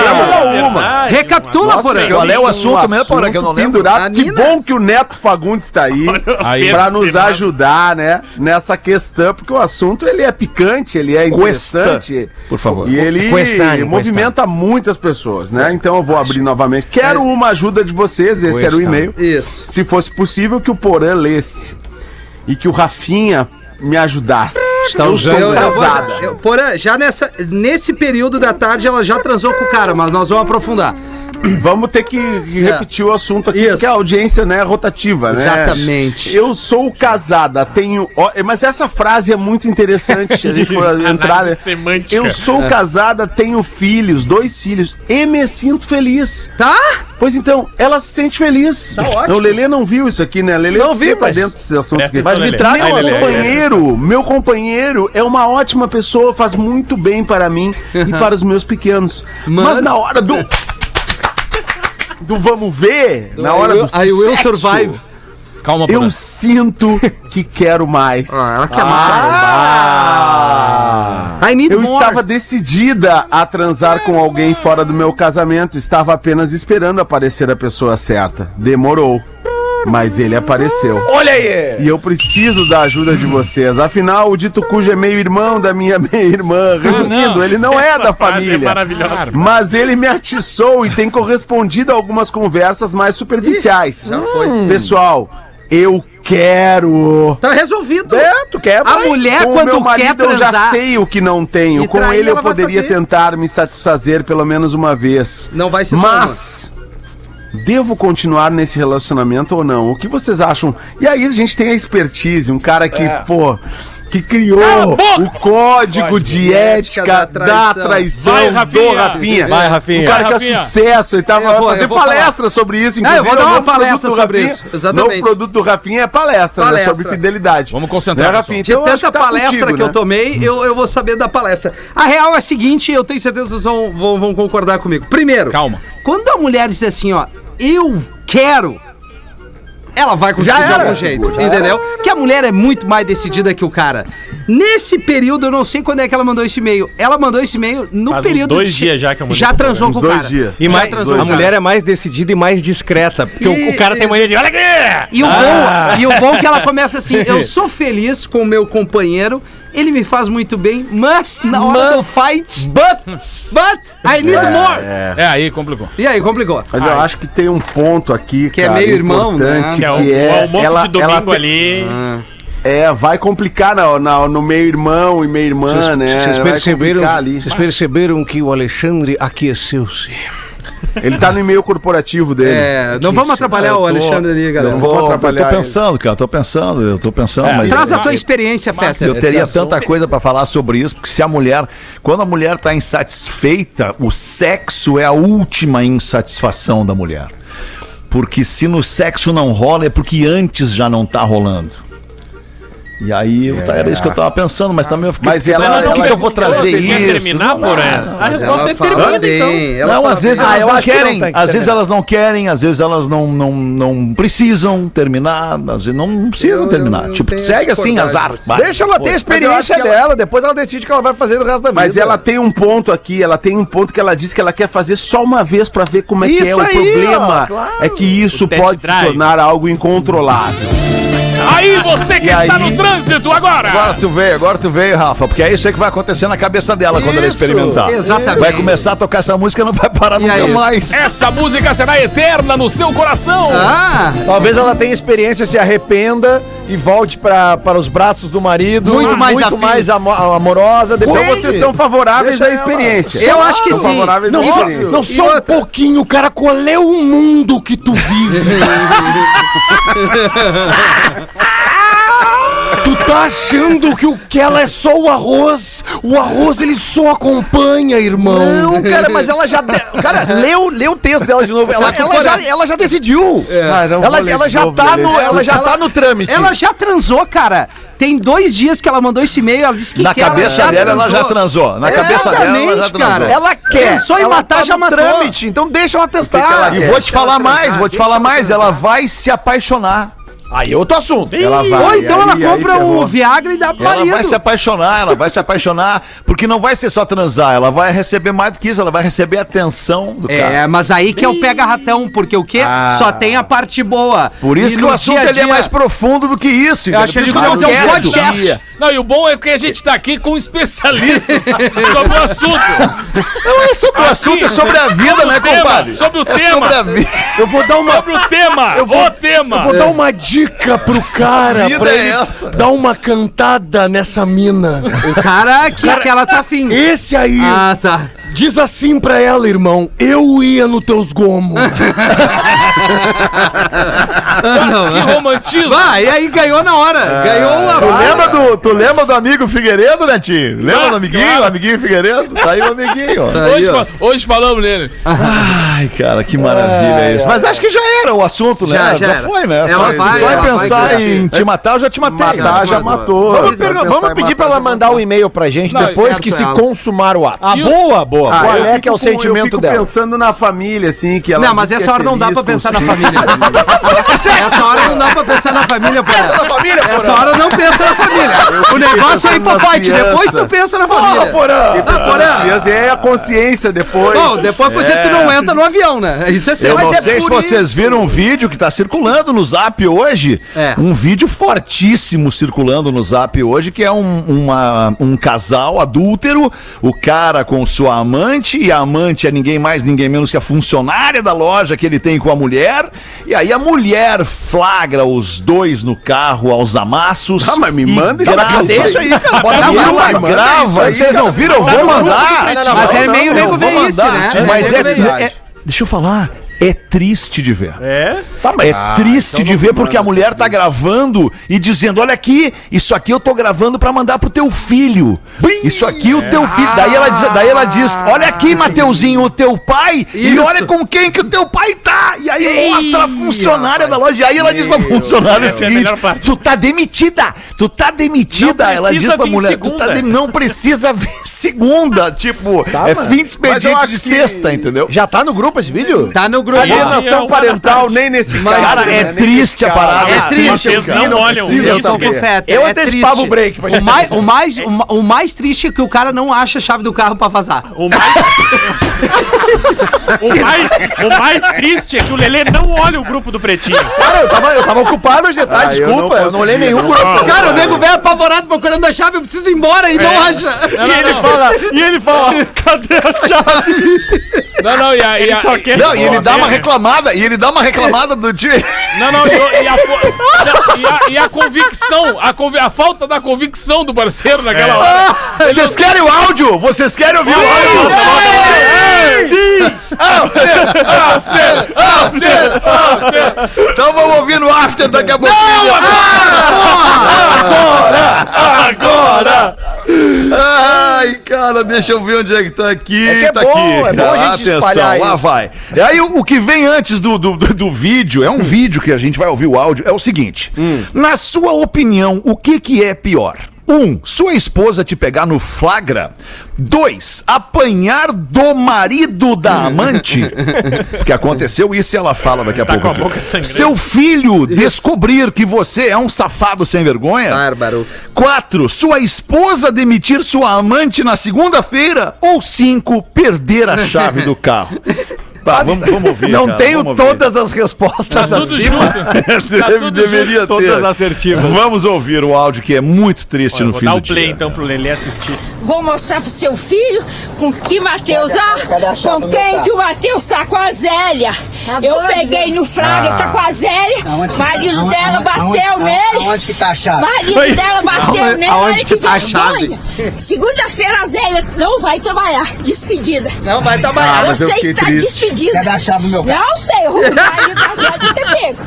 É
uma. Um
verdade,
Recapitula,
Nossa,
porém.
Qual é o assunto
assunto
mesmo, Porã, que eu não lembro?
pendurado.
A
Que
Nina.
bom que o Neto Fagundes está aí
Aí.
para nos ajudar, né, nessa questão, porque o assunto ele é picante, ele é interessante.
Por favor.
E ele
Questane,
movimenta muitas pessoas, né? Então eu vou abrir novamente. Quero uma ajuda de vocês, esse era o e-mail.
Isso.
Se fosse possível que o Porã lesse e que o Rafinha me ajudasse. eu sou
Então, Eu, eu vou,
casada.
um eu, porém, já nessa, nesse período da tarde ela já transou com o cara, mas nós vamos aprofundar.
Vamos ter que repetir o assunto aqui,
Isso.
porque a audiência né, é rotativa, né?
Exatamente.
Eu sou casada, tenho. ó, Mas essa frase é muito interessante se a gente
*laughs*
for entrar. né?
Análise semântica. É.
Eu
É.
sou casada, tenho filhos, dois filhos, e me sinto feliz.
Tá?
Pois então, ela se sente feliz.
Tá ótimo.
O Lelê não viu isso aqui, né?
é
Lelê,
Não
você
vi,
tá
mas-
dentro desse
É.
assunto.
Presta
aqui.
atenção, Lelê.
Meu
Aí, Lelê,
um companheiro, meu companheiro é uma ótima pessoa, faz muito bem para mim e para os meus pequenos.
*laughs* Mas-
Mas, na hora
*laughs*
do... Do vamos ver, na hora do
I will
sexo,
survive.
Calma, Porã.
Eu sinto que quero mais.
Ah, Ela quer mais. I need
Ah! Eu
more.
estava decidida a transar com alguém fora do meu casamento, estava apenas esperando aparecer a pessoa certa. Demorou, mas ele apareceu.
Olha aí!
E eu preciso da ajuda de vocês. Afinal, o dito cujo é meio irmão da minha *laughs* meia-irmã. Resumindo,
não.
ele não é da
frase é
família.
maravilhosa.
mas ele me atiçou e tem correspondido a algumas conversas mais superficiais.
já foi.
Hum. Pessoal, eu quero.
Tá resolvido.
É, tu quer?
A mulher,
Com o meu
quando quer
marido, eu já
transar,
sei o que não tenho.
e
Com
trair,
ele, eu
ela vai
poderia
fazer.
tentar me satisfazer pelo menos uma vez.
não vai ser
Mas devo continuar nesse relacionamento ou não? O que vocês acham? E aí a gente tem a expertise, um cara que,
É.
pô, que criou o código de ética da traição,
Vai,
do
Rafinha.
Rapinha.
Vai, Rafinha.
Um cara
Vai,
que é
Rafinha.
sucesso, ele tava
Eu vou-
vai
eu
fazer
vou
palestra sobre isso,
É, eu vou dar
o
uma
novo produto
palestra
do
sobre
Rafinha-
isso, exatamente.
O novo produto do Rapinha é palestra,
Palestra.
né? Sobre fidelidade.
Vamos concentrar,
Né, Rafinha?
De
Então, eu acho
tanta
tá
palestra
contigo,
que eu
né?
tomei, eu, eu vou saber da palestra. A real é a seguinte, eu tenho certeza que vocês vão, vão, vão concordar comigo. Primeiro,
Calma.
quando a mulher diz assim, ó, eu quero, ela vai conseguir de algum jeito, entendeu? Que a mulher é muito mais decidida que o cara. Nesse período, eu não sei quando é que ela mandou esse e-mail. Ela mandou esse e-mail no
Faz uns
período.
dois
de-
dias já que eu mandei
Já
pro
transou
Uns
com o
dois
cara.
dias.
E
já
mais,
transou
a
com o cara.
mulher é mais decidida e mais discreta. Porque o-
E-
o cara tem
e-
mania de. Olha aqui! Ah.
E o,
Ah.
bom, e o bom é que ela começa assim:
*laughs*
eu sou feliz com o meu companheiro, ele me faz muito bem, mas na hora do fight. But, but, I need more.
É, aí complicou.
E aí, complicou.
Mas eu acho que tem um ponto aqui,
Que é
cara,
meio irmão, né?
importante,
Que é o,
que é
o almoço
ela-
de
ela
domingo
tem-
ali.
É, vai complicar na, na- no meio irmão e meia irmã,
Vocês,
é,
né?
vocês
Vai
perceberam,
complicar ali.
vocês perceberam que o Alexandre aqueceu-se.
Ele tá no e-mail corporativo dele.
É, não vamos atrapalhar o Alexandre ali, galera.
Não vou atrapalhar. É,
tô pensando, cara, tô pensando, eu tô pensando, mas
Traz a tua experiência,
eu
Feta.
teria tanta coisa pra falar sobre isso, porque se a mulher, quando a mulher tá insatisfeita, o sexo é a última insatisfação da mulher. Porque se no sexo não rola, é porque antes já não tá rolando. E aí, eu- tá- era isso que eu tava pensando, mas também eu fiquei...
Mas ela-
por que
ela-
que eu vou trazer
Você
isso?
quer terminar,
Não, não,
porém?
não.
A resposta é
fala
termina, então.
bem, ela
não,
fala
às vezes
bem.
elas não
acho que não
querem,
tem que
às vezes
terminar.
elas não querem, às vezes elas não, não, não precisam terminar, às vezes não, não precisam
Eu-
terminar.
eu
tipo,
tenho
segue assim,
discordância.
azar. vai.
Deixa ela ter a experiência
que ela-
dela, depois ela decide o que ela vai fazer do resto da vida.
Mas ela tem um ponto aqui, ela tem um ponto que ela diz que ela quer fazer só uma vez pra ver como é que é.
Isso
O
aí,
problema
ó, claro.
é que isso
O test
pode
drive.
se tornar algo incontrolável.
Aí você que
E
está
aí?
no trânsito
Agora tu veio, agora tu veio, Rafa, porque é isso aí que vai acontecer na cabeça dela quando ela experimentar.
exatamente.
Vai começar a tocar essa música e não vai parar
E
nunca
aí?
mais.
Essa música será eterna no seu coração.
Ah,
Talvez ela tenha experiência, se arrependa e volte pra, para os braços do marido.
Muito mais
muito
afim.
mais amo- amorosa.
Então
Depende.
vocês são favoráveis
Deixa
à
ela.
experiência.
eu acho que
São
sim.
favoráveis à
Não só,
experiência.
não
E
só um
outra?
pouquinho, cara. Qual é o mundo que tu
*laughs*
vive? tu tá achando que o que ela é só o arroz, O arroz, ele só acompanha, irmão.
Não, cara, mas ela já. de- Cara, lê o, lê o texto dela de novo. Ela, ela, já, ela já decidiu.
Ah, não vou
É. ela,
ler
ela
de
já
novo,
tá
vou
no,
ler.
ela já tá no trâmite.
Ela já transou, cara. Tem dois dias que ela mandou esse e-mail, ela disse que
Na
que ela É.
cabeça dela, ela já transou. Na cabeça dela, ela já
Exatamente,
transou.
cara.
Ela quer.
Pensou em
ela
matar,
tá
já
no
matou.
Trâmite, então deixa ela testar.
E vou te falar mais, vou te falar mais. Ela vai se apaixonar. Aí é outro assunto.
Ela vai.
Ou então ela
aí- aí
compra o
ferrou.
Viagra e dá pro
é Ela vai se
marido.
apaixonar, ela vai se apaixonar, porque não vai ser só transar, ela vai receber mais do que isso, ela vai receber a atenção do cara.
É, mas aí que é o pega-ratão, porque o quê? Só tem a parte boa.
Ah. Por isso
E
que
no
o assunto
dia a
ele é
dia-
mais profundo do que isso.
Eu acho que eles
Por isso
vão fazer
eu
um
quero.
podcast.
Não, e o bom é que a gente tá aqui com especialistas *laughs* sobre o assunto.
Não é sobre o assunto, é sobre a vida, né,
tema,
compadre?
sobre o
É
tema.
sobre a vida.
Eu vou dar uma...
Sobre o tema, o Ah, tema.
Eu vou dar uma dica pro cara,
vida
pra
é
ele
essa?
dar uma cantada nessa mina.
O cara que, que ela tá afim.
Esse aí
Ah, tá.
diz assim pra ela, irmão, eu ia no teus gomos.
Que romantismo.
Bah, e aí ganhou na hora. Ganhou a
É. Tu lembra, do, tu lembra do amigo Figueiredo, Netinho? Lembra
Ah,
do amiguinho?
claro.
Amiguinho Figueiredo? Tá aí o amiguinho, ó.
Aí,
Hoje,
ó. Ah,
fa- hoje falamos nele.
Ai, cara, que maravilha isso. Mas acho que já era o assunto, né?
Já, já era. É
foi, né?
Ela
só
vai,
só
ela
em
vai
pensar
cuidar.
em te é. matar, eu já te matei.
Matar já matou.
Vamos, pergun-
Pensar
vamos
em
pedir
matar,
pra
já matou.
ela
um
mandar o e-mail pra gente
Não,
depois
certo
que se
ela.
consumar o ato. Ah,
E os-
boa.
Ah,
Qual
eu
é
fico
que é o
com- Eu
sentimento
fico
dela?
pensando na família, assim, que ela.
Não, mas
diz que
essa
é
hora não dá
feliz
pra
com
pensar
os
na
filhos.
família. Essa hora não dá pra pensar na família, porra. Essa,
família,
hora não pensa na família. O negócio é ir pro
pensando na
fight, depois
criança.
tu pensa na família. Ah,
Fiquei pensando
Porã.
nas crianças, e aí a consciência depois.
Bom, depois você tu não entra no avião, né? Isso é
É. Eu
certo.
não
Mas é
sei se
por
vocês
isso.
viram um vídeo que tá circulando no Zap hoje.
É.
Um vídeo fortíssimo circulando no Zap hoje, que é um, uma- um casal adúltero, o cara com sua amante, e a amante é ninguém mais, ninguém menos que a funcionária da loja que ele tem com a mulher. E aí a mulher flagra os dois no carro aos amassos.
Ah, mas me
e
manda isso
grava,
aqui.
deixa isso aí, cara. Bota
Não,
grava,
mas
manda
grava.
isso aí,
Vocês não
cara.
viram? Eu vou mandar.
Mas é meio nego ver isso, né?
Mas,
meio
é,
nego ver isso.
é- Deixa eu falar. É triste de ver.
É?
Tá, mas é triste de ver porque a mulher tá gravando e dizendo: olha aqui, isso aqui eu tô gravando pra mandar pro teu filho. Isso aqui o teu filho. Daí ela diz, daí ela diz: olha aqui, Mateuzinho, o teu pai, e
Isso.
olha com quem que o teu pai tá. E aí mostra a funcionária da loja. E aí ela diz pra funcionária o
Deus. Essa é a
seguinte:
melhor
*laughs*
parte.
tu tá demitida, tu tá demitida.
Não
Ela
precisa
diz pra
vir
mulher: tu
segunda.
tá dem- não precisa vir segunda. Tipo, é fim de expediente de sexta, entendeu?
Já tá no grupo esse vídeo?
Tá no
é
grupo.
Alienação parental, nem nesse
Mas,
caso.
Cara, é triste a parada.
É triste.
Vocês não olham.
Eu
isso,
tô com
cara.
feta.
Eu
é
antecipava
triste.
o break pra
O
gente.
mais, o, mais, o ma- o mais triste é que o cara não acha a chave do carro pra vazar.
O
*laughs*
mais... o, mais, o mais triste é que o Lelê não olha o grupo do Pretinho.
Cara, eu tava, eu tava ocupado hoje de tarde,
Ah, eu
desculpa.
não
Eu não, olhei
consegui,
nenhum
não.
grupo.
Cara, o nego vem apavorado procurando a chave, eu preciso ir embora e É. não acha.
e, ele fala, e ele fala, cadê a chave?
Não, não, e a, e a-
Só quer
Não, e ele dá uma
sozinho.
reclamada, e ele dá uma reclamada do time. *laughs*
não, não, e, o- e a, fo- não, e a- e a convicção, a, convi- a falta da convicção do parceiro naquela hora.
É. Vocês querem o áudio? Vocês querem ouvir o áudio? Então vamos ouvir no after daqui a pouco.
Agora!
Ai, cara, deixa eu ver onde é que tá aqui.
É que é
tá
bom,
aqui.
é bom a gente espalhar
Atenção, lá
isso.
vai. E aí o, o que vem antes do, do, do- do vídeo, é
Hum.
um vídeo que a gente vai ouvir o áudio, é o seguinte. Na sua opinião, o que que é pior? Um, sua esposa te pegar no flagra. Dois, apanhar do
*laughs*
marido da amante. Porque aconteceu isso e ela fala daqui
*laughs*
a
Tá
pouco.
com a boca
aqui.
sangrando.
Seu filho descobrir que você é um safado sem vergonha.
Bárbaro.
4. Sua esposa demitir sua amante na segunda-feira. Ou 5. Perder a chave do carro.
*laughs*
Tá, vamos, vamos ouvir.
Não
cara,
tenho
vamos ouvir.
todas as respostas
Tudo
assim.
junto.
*laughs*
Tá
Deve-
tudo junto.
deveria ter.
assertivas.
Vamos ouvir o áudio que é muito triste
Eu
no
vou
fim
dar
do
o play
dia.
então pro Lelê assistir.
Vou mostrar pro seu filho com que Matheus, ah, com quem que o Matheus tá com a Zélia. Eu peguei no Fraga, tá com a Zélia, marido dela bateu nele. Onde que tá a chave? Marido dela bateu
Aonde-
nele,
aonde
olha que
que tá a chave?
vergonha. Segunda-feira a Zélia não vai trabalhar, despedida.
Não, vai trabalhar.
mas eu
Você
fiquei
está
triste.
despedida.
Cadê a chave do meu
Não sei, o marido da Zélia deve ter pego.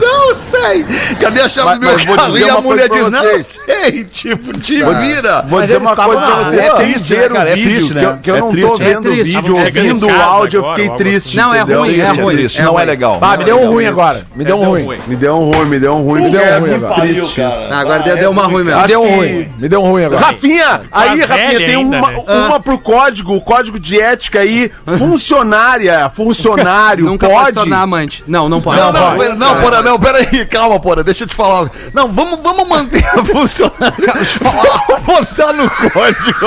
não sei. Cadê a chave
Mas-
do meu
mas vou
carro?
dizer
E a
uma
mulher diz,
coisa pra
não
vocês.
sei. *laughs* Tipo, te
Tá.
vira.
Vou dizer uma coisa pra vocês.
É
sem
triste, né,
ver o
cara? É
vídeo,
triste,
que eu-
né?
Que eu não
triste.
tô vendo o
triste.
vídeo,
Tava chegando
ouvindo
em
o
casa
áudio, eu
agora,
fiquei
ou algo
triste.
Não, é
entendeu?
ruim, é
Triste,
ruim,
triste.
é
Não é
ruim.
legal.
Ah, me deu um ruim agora. Me deu um ruim.
Me deu um ruim, me deu um ruim, me deu um ruim. agora. Triste isso.
Ah, agora deu, deu uma ruim mesmo.
Me deu um
que-
ruim. Me
Tá
deu um ruim agora.
Rafinha, aí,
velha
Rafinha, tem
ainda,
uma,
né?
Ah.
uma pro código, o código de ética aí, funcionária, *laughs* funcionário,
Nunca pode se
pode?
tornar amante. Não, não pode.
Não, não,
vai.
pera, não, porra, não, pera aí, calma, porra, deixa eu te falar. Não, vamos, vamos manter a *laughs* funcionária. Vamos botar no código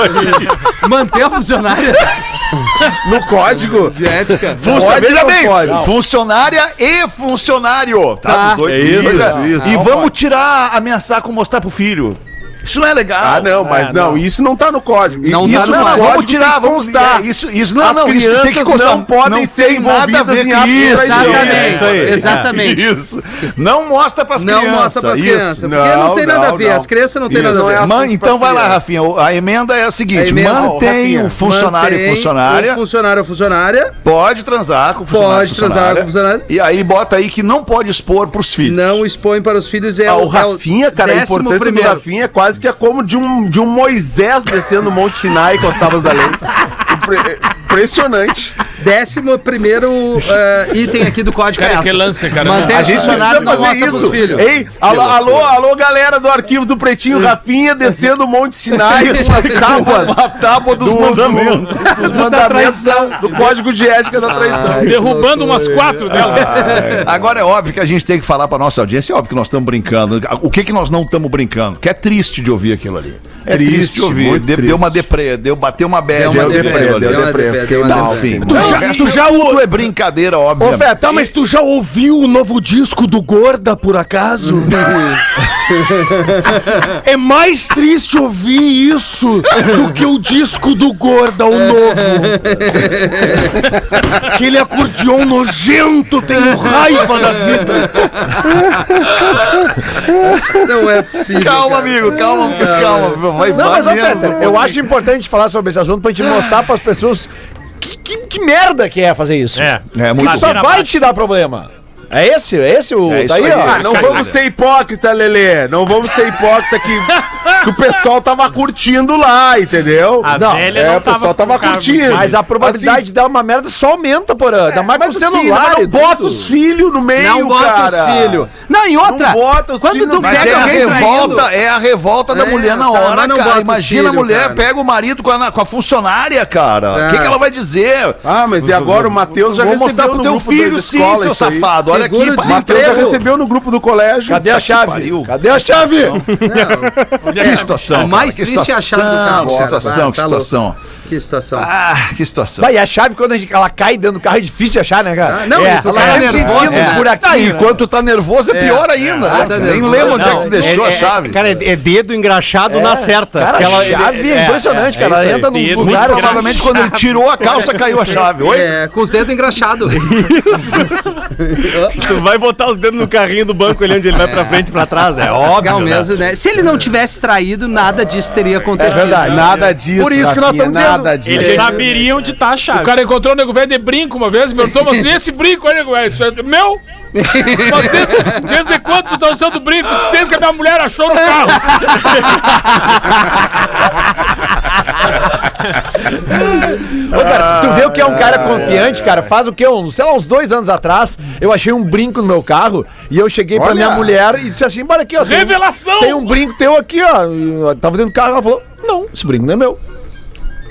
*laughs*
aí.
Manter
*laughs*
a funcionária
No código?
de ética.
Funcionária,
Pode
veja
ou
bem,
pode?
funcionária e funcionário. Tá,
Tá.
Os dois,
É isso,
Pois
é isso.
E
Não
vamos tirar, ameaçar com mostrar pro filho. Isso não é legal.
Ah, não, mas não, isso não tá no código.
Não
isso
tá no
não, é não,
código
vamos tirar, vamos
dar.
dar. Isso, isso não,
As
não, isso tem que
crianças
constar.
não podem ser
tem nada a
envolvidas
ver
em
com
atos de
isso.
traição.
Exatamente,
Isso aí.
exatamente.
Isso. Não mostra pras
Não
crianças.
mostra pras
isso.
crianças. Porque não,
Não,
tem nada a
não,
ver.
não.
As crianças não tem
Isso
nada a
não
ver.
é assunto
Man, então
pra
vai lá,
criança.
Rafinha. o- A emenda é a seguinte:
A emenda-
mantém
Ó,
o funcionário e
Mantém
funcionária.
O funcionário ou funcionária
Pode transar com o funcionário.
pode transar com o funcionário.
E aí bota aí que não pode expor pros filhos.
Não expõe para os filhos. É
Ah, o
é
Rafinha, *laughs* cara, a
décimo
importância
primeiro.
do Rafinha é quase que é como de um, de um Moisés descendo o Monte Sinai com as tábuas da *laughs* lei. Impre- Impressionante.
Décimo
*laughs*
primeiro eh, item aqui do código
Cara,
é
que
essa.
lance, cara.
Manter
A
a
gente
funcionário não
Precisa
mostra pros filhos.
Ei, alô, alô, alô, galera do arquivo do Pretinho, Rafinha descendo o Monte Sinai com as tábuas.
A tábua dos mandamentos.
*laughs* Do, do, da traição. Do código de ética da traição. Ah,
Derrubando umas quatro dela.
Agora Ah, é óbvio que a gente tem que falar pra nossa audiência, é óbvio que nós estamos brincando. O que que nós não estamos brincando? Que é triste de ouvir aquilo ali. É triste,
Triste,
de ouvir.
muito
De-
triste.
Deu uma deprê, deu, bateu uma bad.
Deu uma
ali
deprê,
naquilo ali.
deu uma deprê, deu uma
Tá,
deprê.
enfim.
Tu
Tu
já-
já, tu já tudo é brincadeira, óbvio.
Ô,
tá,
Feta, mas tu já ouviu o novo disco do Gorda, por acaso? é mais triste ouvir isso do que o disco do Gorda, o novo. Aquele acordeon nojento, tenho raiva da vida.
Não é possível.
Calma,
cara.
amigo, calma, calma. Vai,
Não,
vai
mas, ô,
menos,
Feta,
um
eu
pouquinho.
acho importante falar sobre esse assunto pra gente mostrar pras pessoas que, que- que merda que é fazer isso.
É.
É
Que
muito
só
na
vai te dar problema. É esse? É esse o.
É isso
tá aí,
aí.
ó.
Ah, não vamos ser hipócrita, Lelê. Não vamos ser hipócrita que, que o pessoal tava curtindo lá, entendeu?
A
não,
velha
é,
não
o
tava
pessoal tava
com então. cara
curtindo. Assim, É,
Mas a probabilidade de dar uma merda só aumenta, porã. Ainda mais
Mas
com
o
o celular.
não
e
bota
tudo.
os filhos no meio,
Não bota
cara.
os filhos. Não, e outra.
Não bota os
quando
filhos,
tu
Mas
pega
é a,
alguém
revolta,
traindo.
é a revolta da
É,
mulher na
tá,
hora,
mas não
cara.
bota o
Imagina a
filho,
mulher,
cara.
pega o marido com a, com a funcionária, cara. O
É.
que, que ela vai dizer?
Ah, mas e agora o Matheus já
Vou mostrar
recebeu
pro
no
teu
grupo
filho,
da
sim,
escola
seu
isso aí.
safado. Olha aqui,
Seguro
pai.
O Matheus já
Emprego.
recebeu no grupo do colégio.
Cadê a chave? Cadê a chave?
Que situação.
O mais
cara, que
triste é a chave do carro,
Que
cara.
situação,
Vai,
que
tá louco.
situação.
Que situação.
Ah, que situação.
Vai, e a chave, quando a gente- ela cai dentro do carro, é difícil de achar, né, cara?
Ah, não,
é.
e tu
ela
tá
é
nervoso,
antiquilo,
né?
buraquinho,
Tá, e
né?
enquanto tá nervoso é pior ainda,
Ah,
né?
tá
Nem
nervoso.
lembro onde é
Não,
que tu deixou
é,
a chave. É,
É, cara, é- é dedo engraxado na certa.
Cara,
Aquela-
a chave é,
é,
impressionante,
é,
cara.
é
Ela
isso aí.
entra num
Dedo
lugar,
muito grande.
Provavelmente quando ele tirou a calça, caiu a chave. Oi?
É, com os dedos engraxados.
Tu vai botar os dedos no carrinho do banco ali onde ele vai pra frente e pra trás, né? Óbvio.
É. Legal
né?
É, mesmo, né? Se ele não tivesse traído, nada disso teria acontecido.
Nada disso.
Por isso que nós
Rafinha,
estamos
Nada disso.
Ele saberia onde tá a chave.
O cara encontrou o nego velho de brinco uma vez e perguntou, mas esse brinco aí, nego velho, isso é meu? Mas desde, desde quando tu tá usando brinco? Diz, Desde que a minha mulher achou no carro.
*laughs*
Ô, cara, tu vê o que é um cara confiante, cara? Faz o que? Uns, sei lá, uns dois anos atrás, eu achei um brinco no meu carro e eu cheguei pra
Olha.
minha mulher e disse assim: bora aqui, ó. tem um-
Revelação!
Tem um brinco teu aqui, ó. Eu tava dentro do carro, ela falou: não, esse brinco não é meu.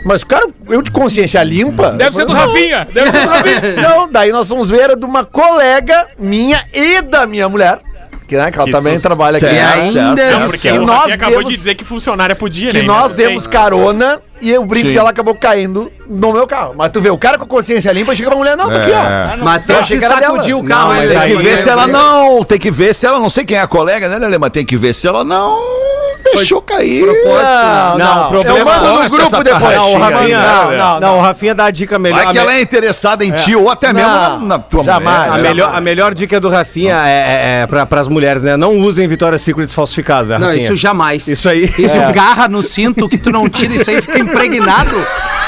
Mas, cara, eu de consciência limpa. eu
Deve ser
falei,
do
"Não,
Rafinha. Deve
*laughs*
ser do Rafinha.
Não, daí nós fomos ver era de uma colega minha e da minha mulher. Que, né, que ela
Que
também
susto.
trabalha aqui.
E ainda
Não, porque
que
o
nós
Rafinha acabou
demos-
de dizer que funcionária podia,
Que
né?
nós
Mas
demos
tem.
carona e o brinco dela acabou caindo no meu carro. Mas tu vê, o cara com a consciência limpa chega pra mulher, não, tá
É.
aqui, ó.
Mas
Eu
tem que
achei que era
sacudir
dela.
o carro.
Não,
né?
mas
Tem que
Aí,
ver
aí,
se ela
aí.
não. Tem que ver se ela. Não sei quem é a colega, né, Lelê? Mas tem que ver se ela não. Deixou cair.
propósito,
Não,
né?
Não,
não.
problema-
Eu mando no
Gosto
grupo
dessa
depois.
Não, o Rafinha,
Não,
não,
não,
não, o Rafinha dá a dica melhor.
né? Vai que
A me-
ela é interessada em ti ou até mesmo na,
Não,
na tua
jamais.
A
mulher. né?
melhor, a melhor dica do Rafinha é, é, é para as mulheres, né? Não usem Vitória Secrets falsificada. né,
Não,
Rafinha?
isso jamais.
Isso aí.
Isso
É.
garra no cinto que tu não tira isso aí, fica impregnado.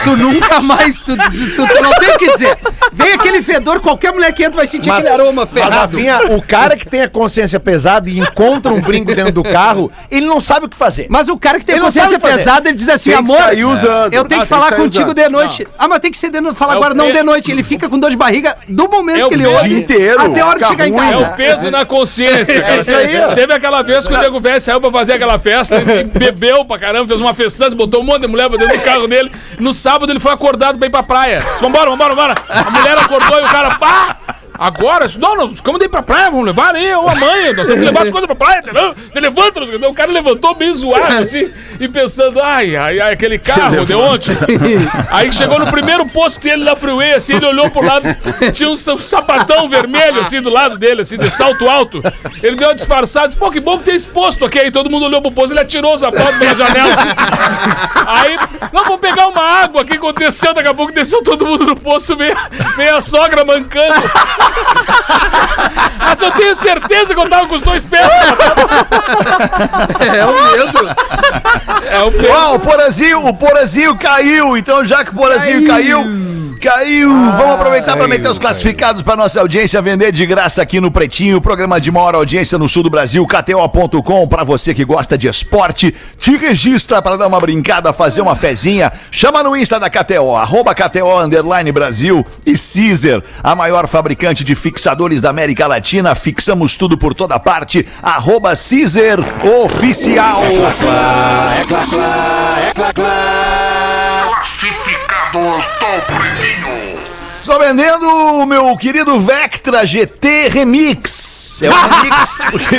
Tu nunca mais, tu, tu, tu não tem o que dizer. Vem aquele fedor, qualquer mulher que entra vai sentir aquele aroma
Mas,
ferrado.
Rafinha, o cara que tem a consciência pesada e encontra um brinco dentro do carro, ele não sabe o que fazer.
Mas o cara que tem
Ele não
consciência
sabe fazer.
pesada, ele diz assim,
Tem que
amor,
sair usando. Ah,
eu tenho que
tem
falar
que sair
contigo
usando.
de noite. Ah, mas tem que ser de
É
noite. Fala agora,
o
não
peso.
de noite. Ele fica com dor de barriga do momento
É o
que ele
peso.
ouve
Inteiro.
até a hora de
Fica
chegar em
ruim.
casa. É
É o peso na
*laughs*
consciência, cara. Teve aquela vez que o Diego Velho saiu pra fazer aquela festa,
*laughs*
ele bebeu pra caramba, fez uma festança, botou um monte de mulher pra dentro do carro dele. No sábado ele foi acordado pra ir pra praia. Disse, vambora, vambora, vambora. A mulher acordou e o cara, pá! Agora, eu disse, não, nós ficamos daí pra praia, vamos levar aí, ou a mãe, nós temos que levar as coisas pra praia, entendeu? Ele Levanta, não sei o quê. o cara levantou meio zoado assim, e pensando, ai, ai, ai, aquele carro de ontem. Aí chegou no primeiro posto dele na freeway, assim, ele olhou pro lado, tinha um sa- um sapatão vermelho, assim, do lado dele, assim, de salto alto. Ele deu uma disfarçada, disse, pô, que bom que tem esse posto aqui. Aí todo mundo olhou pro posto, ele atirou o sapato pela janela. Aí, não, vou pegar uma água aqui, quando desceu, daqui a pouco desceu todo mundo no posto, veio, veio a sogra mancando. Mas eu tenho certeza que eu tava com os dois pés.
É o medo.
É o pé.
Ó, o Porazinho, o Porazinho caiu. Então, já que o Porazinho caiu. Caiu! Vamos aproveitar para meter os classificados para nossa audiência vender de graça aqui no Pretinho. Programa de maior audiência no sul do Brasil, KTO.com. Para você que gosta de esporte, te registra para dar uma brincada, fazer uma fezinha. Chama no Insta da KTO, arroba KTO Underline Brasil e Caesar, a maior fabricante de fixadores da América Latina. Fixamos tudo por toda parte. Arroba Caesar Oficial. Estou vendendo o meu querido Vectra GT Remix. É um remix. porque-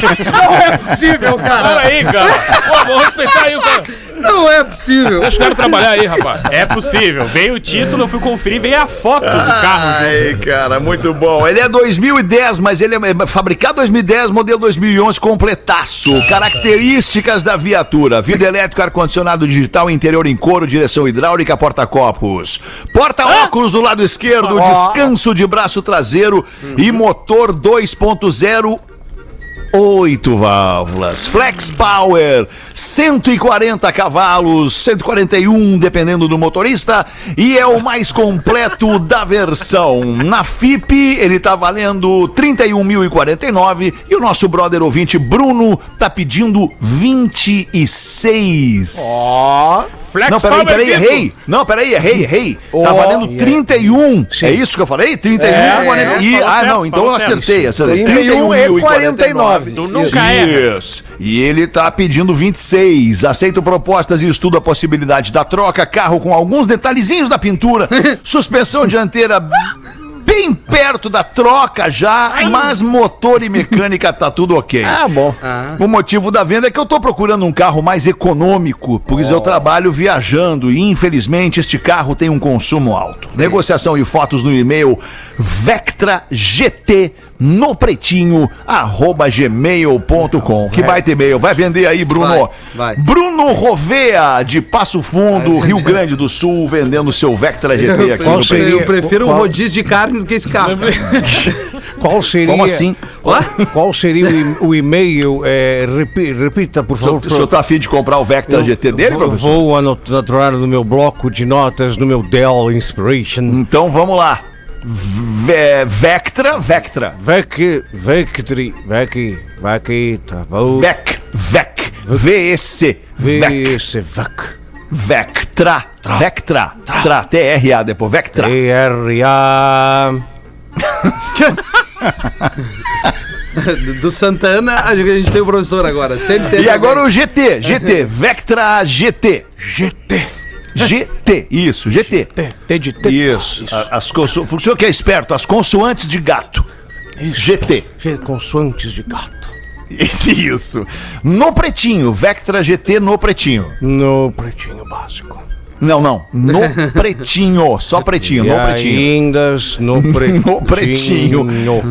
*laughs* é
é Possível,
Para
cara.
aí, cara. Pô, vou respeitar aí o cara.
Não é possível.
Deixa o cara trabalhar aí, rapaz.
É possível. Veio o título, eu fui conferir, veio a foto do carro.
Ai, cara, muito bom. Ele é 2010, mas ele é fabricado 2010, modelo 2011, completaço. Características da viatura: vida elétrica, ar-condicionado digital, interior em couro, direção hidráulica, porta-copos. Porta-óculos do lado esquerdo, descanso de braço traseiro e motor 2.0 8 válvulas, Flex Power, 140 cavalos, 141 dependendo do motorista e é o mais completo *laughs* da versão. Na FIP ele tá valendo 31.049 e o nosso brother ouvinte Bruno tá pedindo 26.
Flex
Não, peraí,
Power
peraí,
Vivo.
errei. Não, peraí, errei, errei. tá valendo 31. É isso que eu falei? 31
É,
40. e,
falou
ah,
certo,
não, então eu
falou certo.
acertei. acertei.
31 e
49.
Tu nunca erra.
Isso. E ele tá pedindo 26. Aceito propostas e estudo a possibilidade da troca. Carro com alguns detalhezinhos
*laughs*
da pintura. Suspensão dianteira bem perto da troca já, mas motor e mecânica tá tudo ok.
*laughs* Ah, bom.
O motivo da venda é que eu tô procurando um carro mais econômico, pois
Oh.
eu trabalho viajando e infelizmente este carro tem um consumo alto. Negociação e fotos no e-mail vectragt no pretinho arroba gmail.com que baita e-mail, vai vender aí Bruno
Vai, vai.
Bruno Rovea de Passo Fundo, Rio Grande do Sul vendendo seu Vectra GT aqui no
Eu,
pretinho.
eu prefiro um rodízio de carne do que esse carro.
Qual seria...
Como assim?
Qual seria o e- o e-mail? É, repi- repita, por
O senhor,
favor.
o senhor tá afim de comprar o Vectra GT dele,
vou,
professor?
vou anotar no meu bloco de notas, no meu Dell Inspiration.
Então vamos lá. Ve- Vectra, Vectra.
Vec, Vectri, Vec, Vecita, Vou,
Vec, Vec, VEC, Vec,
Vec, Vec,
Vectra, Vectra, Tra, T-R-A depois, Vectra. *laughs*
T-R-A,
*laughs* Do Santana, a gente tem o professor agora. Sempre tem.
E agora o GT,
*laughs*
GT, Vectra GT.
GT,
GT, isso, GT.
T de T,
Isso, a- as conso... o senhor que é esperto, as consoantes de gato. GT.
G, consoantes de gato.
*laughs* Isso. No pretinho, Vectra GT no pretinho.
No pretinho básico.
Não, não,
*laughs*
no pretinho, só pretinho,
E
no pretinho.
ainda no pretinho.
*laughs* no pretinho.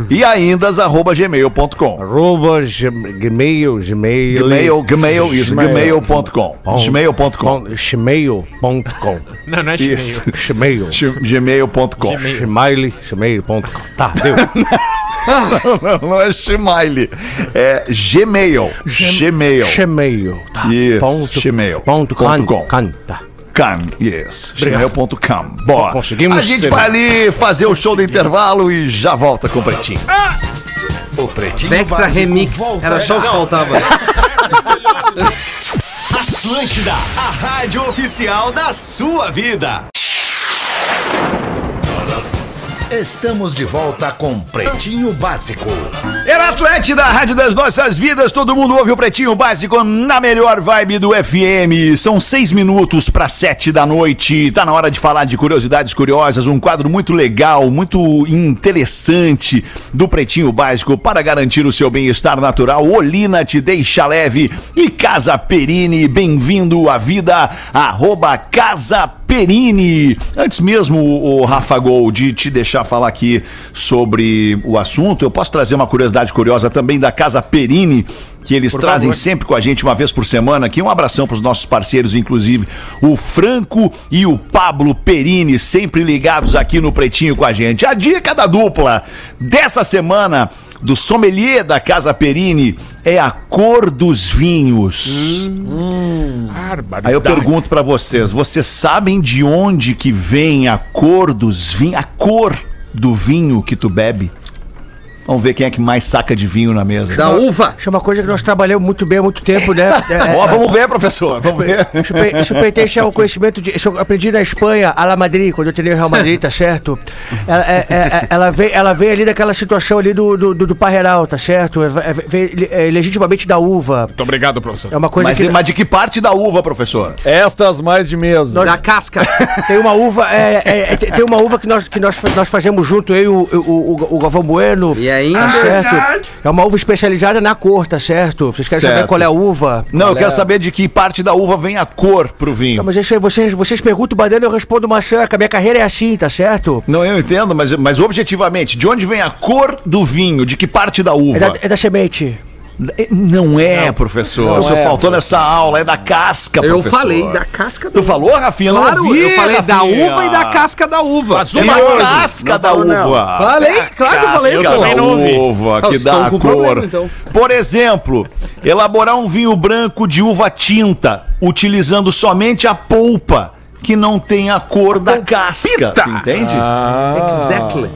E ainda as arroba gmail.com.
Arroba gm- gmail, gmail.
Gmail, gmail, isso, gmail.com. Gmail.com.
Gmail.com.
*laughs* Não, não é
Isso.
chinês.
Gmail.
Gmail.com.
Gmail. Gmail.com. Tá, deu.
Não, *laughs* não é Gmail. É Gmail. Gmail.
Gmail. Tá.
Isso,
Ponto,
gmail.
Ponto
Ponto
com.
com.
Can, tá.
Yes. Gmail.com. Bora.
Conseguimos.
A gente vai ali fazer o show do intervalo e já volta com o Pretinho.
O Pretinho
Vectra
Básico
Remix.
volta
Era só o que
já.
faltava.
*laughs*
Atlântida, a rádio oficial da sua vida.
Estamos de volta com Pretinho Básico.
Era Atlântida, a rádio das nossas vidas. Todo mundo ouve o Pretinho Básico na melhor vibe do FM. São seis minutos para sete da noite. Tá na hora de falar de curiosidades curiosas. Um quadro muito legal, muito interessante do Pretinho Básico para garantir o seu bem-estar natural. Olina te deixa leve e Casa Perini. Bem-vindo à vida. Arroba Casa Perini. Antes mesmo, o Rafa Gol, de te deixar falar aqui sobre o assunto, eu posso trazer uma curiosidade curiosa também da Casa Perini, que eles
Por
trazem
favor.
sempre com a gente uma vez por semana aqui. Um abração para os nossos parceiros, inclusive o Franco e o Pablo Perini, sempre ligados aqui no Pretinho com a gente. A dica da dupla dessa semana do sommelier da Casa Perini é a cor dos vinhos.
Hum.
Aí eu pergunto pra vocês, vocês sabem de onde que vem a cor dos vinhos, a cor do vinho que tu bebe? Vamos ver quem é que mais saca de vinho na mesa.
Da uva.
Isso é uma coisa que nós trabalhamos muito bem há muito tempo, né? É,
*laughs* Ó, vamos ver, professor. Vamos ver.
Chupe- Chupeteixa é um conhecimento de. isso Eu aprendi na Espanha, a La Madrid, quando eu treinei o Real Madrid, tá certo? Ela, é- é- é- ela veio, ela veio ali daquela situação ali do, do, do, do Parreiral, tá certo? É- é- Veio é, legitimamente da uva.
Muito obrigado, professor.
É uma coisa
Mas,
que.
mas de que parte da uva, professor?
Estas mais de mesa.
Da casca.
*laughs* Tem uma uva, é, é- é- tem tem uma uva que nós, que nós, fa- nós fazemos junto, eu e o, o, o, o Galvão Bueno.
E ainda?
Tá certo? É uma uva especializada na cor, tá certo? Vocês querem saber
Certo.
qual é a uva?
Não, eu
Qual é?
quero saber de que parte da uva vem a cor pro
Não,
vinho.
mas isso aí, vocês, vocês perguntam o Banana, eu respondo uma chanca. Minha carreira é assim, tá certo?
Não, eu entendo, mas, mas objetivamente, de onde vem a cor do vinho? De que parte da uva?
É da, é da semente.
Não é, professor. o senhor faltou nessa aula, é da casca,
Eu
professor.
falei da casca da
Tu falou, Rafinha? Não
Claro, eu
ouvi,
falei da
Rafinha.
uva e da casca da uva.
Mas
É
uma
a
cor.
casca da uva.
Falei, claro que eu falei,
Casca
pô.
também
da
não ouvi.
uva,
Ah,
que
vocês
dá
estão
a
com
cor.
problema, então.
Por exemplo, elaborar um vinho branco de uva tinta, utilizando somente a polpa, que não tem a cor da casca. tu Entende?
Exactly.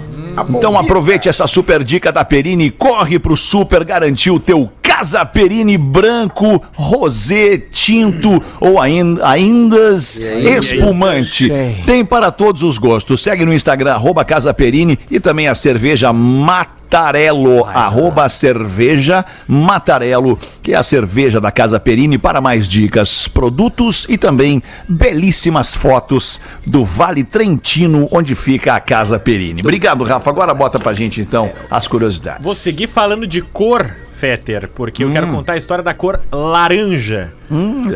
Então aproveite essa super dica da Perini e corre pro super garantir o teu Casa Perini branco, rosé, tinto ou ainda aindas espumante. Tem para todos os gostos. Segue no Instagram arroba Casa Perini e também a cerveja Matarello, arroba cerveja Matarello, que é a cerveja da Casa Perini para mais dicas, produtos e também belíssimas fotos do Vale Trentino, onde fica a Casa Perini. Obrigado, Rafa. Agora bota pra gente
É.
então as curiosidades.
Vou seguir falando de cor, Fetter, porque eu quero contar a história da cor laranja.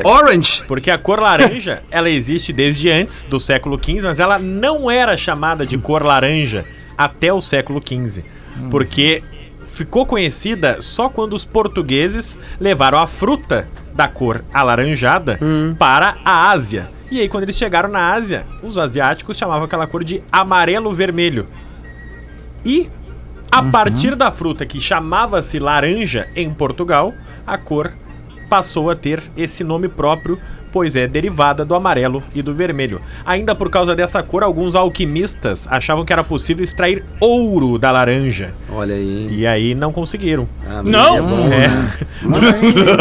Orange.
Porque a cor laranja, *laughs* ela existe desde antes do século XV, mas ela não era chamada de cor laranja até o século XV. Porque ficou conhecida só quando os portugueses levaram a fruta da cor alaranjada para a Ásia. E aí, quando eles chegaram na Ásia, os asiáticos chamavam aquela cor de amarelo-vermelho. E a partir da fruta que chamava-se laranja em Portugal, a cor passou a ter esse nome próprio, pois é derivada do amarelo e do vermelho. Ainda por causa dessa cor, alguns alquimistas achavam que era possível extrair ouro da laranja.
Olha aí. Ah,
E aí não conseguiram.
Não!
né?
É.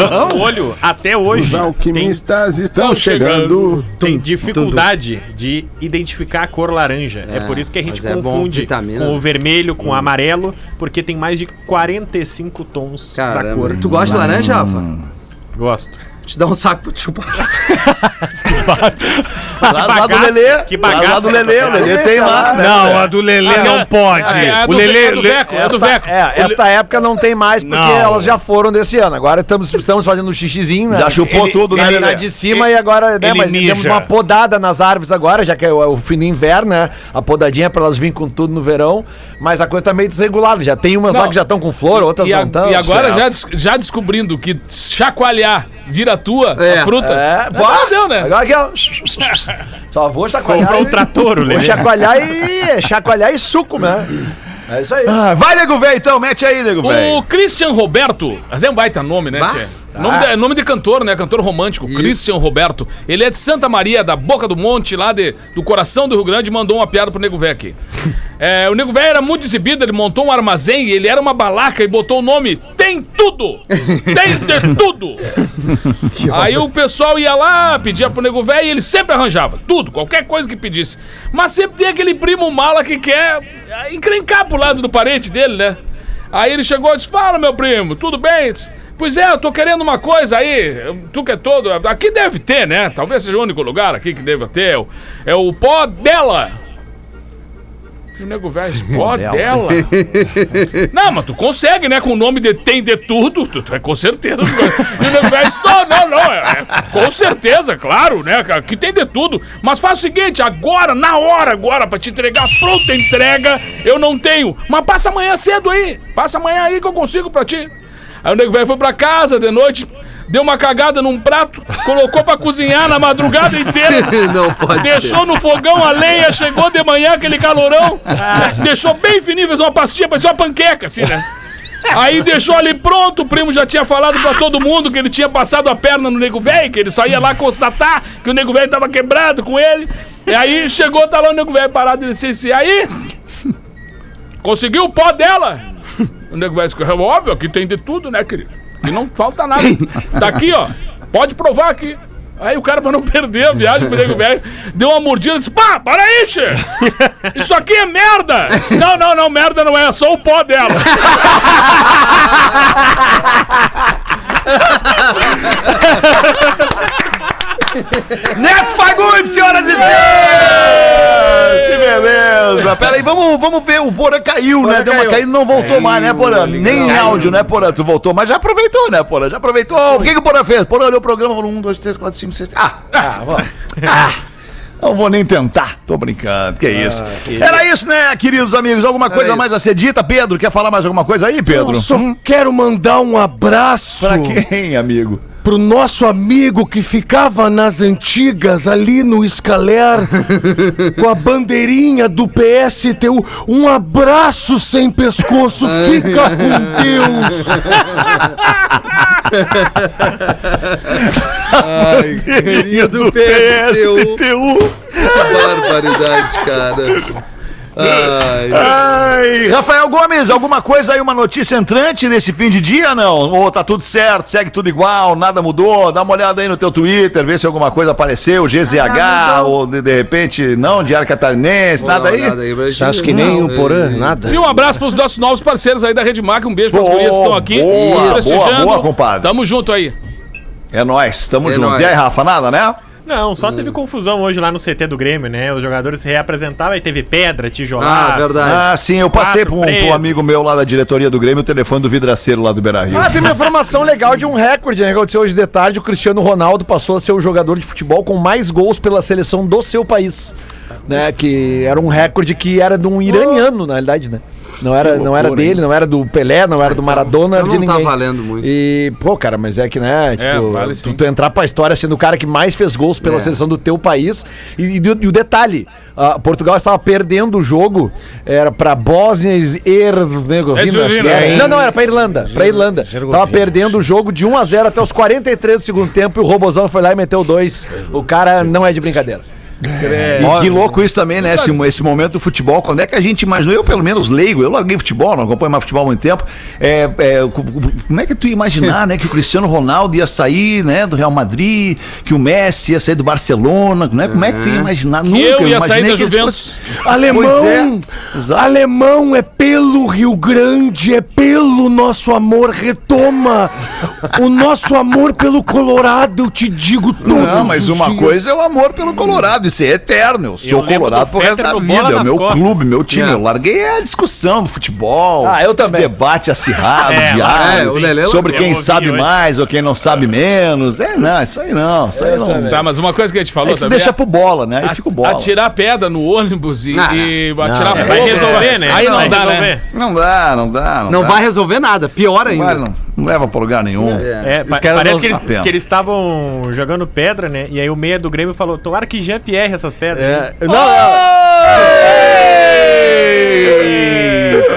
Nosso *laughs* olho, até hoje,
Os
tem
alquimistas estão
Estão
chegando.
tem dificuldade de identificar a cor laranja. É,
É,
por isso que a gente
mas é bom
confunde
vitamina. Hum.
com o vermelho, com o amarelo, porque tem mais de 45 tons da
Caramba.
cor.
Tu gosta de laranja, Rafa?
Gosto.
Vou Te dá um saco *laughs* pra te chupar.
Lá,
*laughs*
lá do
bagaço,
Lelê.
que bagaço.
Lá, lá do Lelê, o Lelê tem lá, né?
Não, a do Lelê
Ah,
não
é.
pode.
É, é a
o
do-
Lelê.
é a do Veco, é a do
esta-
Veco.
é,
Esta época não tem mais, porque
Não.
elas já foram desse ano. Agora estamos, estamos fazendo um xixizinho, né?
Já chupou tudo, né,
né?
Lelê?
de cima e agora, né?
ele
Mas temos
mija.
uma podada nas árvores agora, já que é o, é o fim do inverno, né? A podadinha é pra elas virem com tudo no verão. Mas a coisa tá meio desregulada. Já tem umas lá
Não.
que já estão com flor, outras é.
E, a-
não estão.
e agora já, des- já descobrindo que chacoalhar vira tua,
É.
a fruta.
É,
Não,
bora.
deu, né?
Agora aqui, ó. Só vou chacoalhar.
Comprou
e-
um trator, o
Vou
Lelê.
chacoalhar e. chacoalhar e suco, né? É isso aí.
Ah, vai, nego velho, então, mete aí, nego velho.
O Christian Roberto, mas é um baita nome, né, Tchê? Nome, de, nome de cantor, né? Cantor romântico, Christian Roberto. Ele é de Santa Maria, da Boca do Monte, lá de, do coração do Rio Grande, mandou uma piada pro Nego Velho aqui. É, o Nego Velho era muito exibido, ele montou um armazém, ele era uma balaca e botou o nome Tem Tudo! Tem de tudo! Aí o pessoal ia lá, pedia pro nego velho e ele sempre arranjava. Tudo, qualquer coisa que pedisse. Mas sempre tem aquele primo mala que quer ah, encrencar pro lado do parente dele, né? Aí ele chegou e disse: Fala, meu primo, tudo bem? Ele disse, Pois é, eu tô querendo uma coisa aí. Tu que é todo. Aqui deve ter, né? Talvez seja o único lugar aqui que deva ter. É o, é o pó dela. Esse nego velho, *laughs* pó dela. Não, mas tu consegue, né? Com o nome de tem de tudo, tu, tu é com certeza. E o nego velho disse, não, não, não. É, é com certeza, claro, né? cara, Que tem de tudo. Mas faz o seguinte, agora, na hora, agora, pra te entregar, pronta entrega, eu não tenho. Mas passa amanhã cedo aí. Passa amanhã aí que eu consigo pra ti. Aí o nego velho foi pra casa de noite. Deu uma cagada num prato, colocou pra cozinhar na madrugada inteira.
*laughs* Não pode
Deixou no fogão a lenha, chegou de manhã aquele calorão, deixou bem fininho, fez uma pastinha, parecia uma panqueca, assim, né? Aí deixou ali pronto, o primo já tinha falado pra todo mundo que ele tinha passado a perna no nego velho, que ele só ia lá constatar que o nego velho tava quebrado com ele. E aí chegou, tá lá o nego velho parado, ele disse assim, aí, conseguiu o pó dela? O nego velho disse, "É óbvio, aqui tem de tudo, né, querido? E não falta
*laughs*
nada. Tá aqui, ó, pode provar aqui. Aí o cara, pra não perder a viagem pro nego velho, deu uma mordida e disse: pá, para aí, che! Isso aqui é merda! Não, não, não, merda não é, é só o pó
*laughs*
dela.
*laughs* Neto Fagundes, senhoras e senhores! Que beleza! Pera aí, vamos, vamos ver. O Porã caiu, né? Deu uma caída e não voltou mais, né, Porã? Nem em áudio, né, Porã? Tu voltou, mas já aproveitou, né, Porã? Já aproveitou. O que, que o Porã fez? Porã olhou o programa, falou: 1, 2, 3, 4, 5, 6. Ah, ah, vamos. Ah, Não vou nem tentar. Tô brincando. Que isso. Era isso, né, queridos amigos? Alguma coisa mais a ser dita? Pedro, quer falar mais alguma coisa aí, Pedro? Hum?
Eu só quero mandar um abraço
Pra quem, amigo?
pro nosso amigo que ficava nas antigas ali no Escaler com a bandeirinha do PSTU. Um abraço sem
*laughs*
pescoço, fica com Deus.
Bandeirinha do PSTU.
é
Barbaridade, cara. Ai,
Ai, Rafael Gomes, alguma coisa aí, uma notícia entrante nesse fim de dia, não? Ou tá tudo certo, segue tudo igual, nada mudou? Dá uma olhada aí no teu Twitter, vê se alguma coisa apareceu, GZH, ou de, de repente, não, Diário Catarinense,
vou dar
nada
uma
aí?
olhada pra gente-
Acho que nem
Não,
o Porã,
é-
nada.
E um abraço pros nossos novos parceiros aí da Rede Mac, um beijo pras
Boa,
gurias que estão aqui.
boa,
nos prestigiando.
boa, compadre.
Tamo junto aí.
É nóis, tamo
É
junto.
nóis.
E aí, Rafa, nada, né?
Não, só teve confusão hoje lá no CT do Grêmio, né? Os jogadores se reapresentavam e teve pedra, tijolada.
Ah, verdade.
Ah, sim, eu passei
Quatro
pra um, pra um
presos.
amigo meu lá da diretoria do Grêmio o telefone do vidraceiro lá do Beira Rio.
Ah, tem uma informação legal de um recorde, né? que Aconteceu hoje de tarde. O Cristiano Ronaldo passou a ser o jogador de futebol com mais gols pela seleção do seu país. Né? Que era um recorde que era de um iraniano, na realidade, né? Não era, não era dele, não era do Pelé, não era do Maradona, era
Então
de
não
ninguém.
tá valendo muito.
E, pô, cara, mas é que, né? Tipo,
vale sim.
tu, tu entrar pra história sendo o cara que mais fez gols pela seleção do teu país. E, e do- e o detalhe: ah, Portugal estava perdendo o jogo, era pra Bósnia e Herzegovina. acho que
Herzegovina,
era.
hein?
Não, não, era pra Irlanda. Pra Irlanda. Tava perdendo o jogo de 1 a 0 até os 43 do segundo tempo e o Robozão foi lá e meteu dois. O cara não é de brincadeira.
É.
É.
E que louco isso também, né? Esse, esse momento do futebol. Quando é que a gente imaginou? Eu, pelo menos, leigo. Eu larguei futebol, não acompanho mais futebol há muito tempo. É, é, co- co- como é que tu ia imaginar, né? Que o Cristiano Ronaldo ia sair, né? Do Real Madrid, que o Messi ia sair do Barcelona. Né? Como é que tu ia imaginar? Nunca
eu ia
imaginei
sair da
que eles
Juventus.
Alemão,
é, exato.
alemão é pelo Rio Grande, é pelo nosso amor, retoma o nosso amor pelo Colorado, eu te digo tudo.
Não, mas uma coisa é o amor pelo Colorado, isso é eterno. Eu sou
Eu lembro
colorado
do
pro resto
Fetter
da
no
vida,
Bola
é o
nas
meu
Costas.
clube, meu time. Eu larguei a discussão do futebol,
Ah, eu
esse
também.
debate acirrado,
É,
diário,
é, o Lelé
sobre
eu
quem
ouvi
sabe
hoje.
mais ou quem não sabe menos. É, não, isso aí não, isso aí não.
Tá, mas uma coisa que a gente falou
Aí se
também. é tá,
deixa pro bola, né? Aí fica o bola.
Atirar pedra no ônibus e,
Ah,
e atirar
É,
fogo.
vai resolver, né?
Aí não
Vai
dá,
resolver.
né?
Não dá, não dá, não,
Não
dá.
vai resolver nada, pior
Não vai,
ainda.
não, não leva pra lugar nenhum.
É, pa-
caras
parece
não-
que eles-
a pena.
que eles estavam jogando pedra, né? E aí o meia do Grêmio falou: tomara que Jean Pierre essas pedras.
É, não, não.
Ei!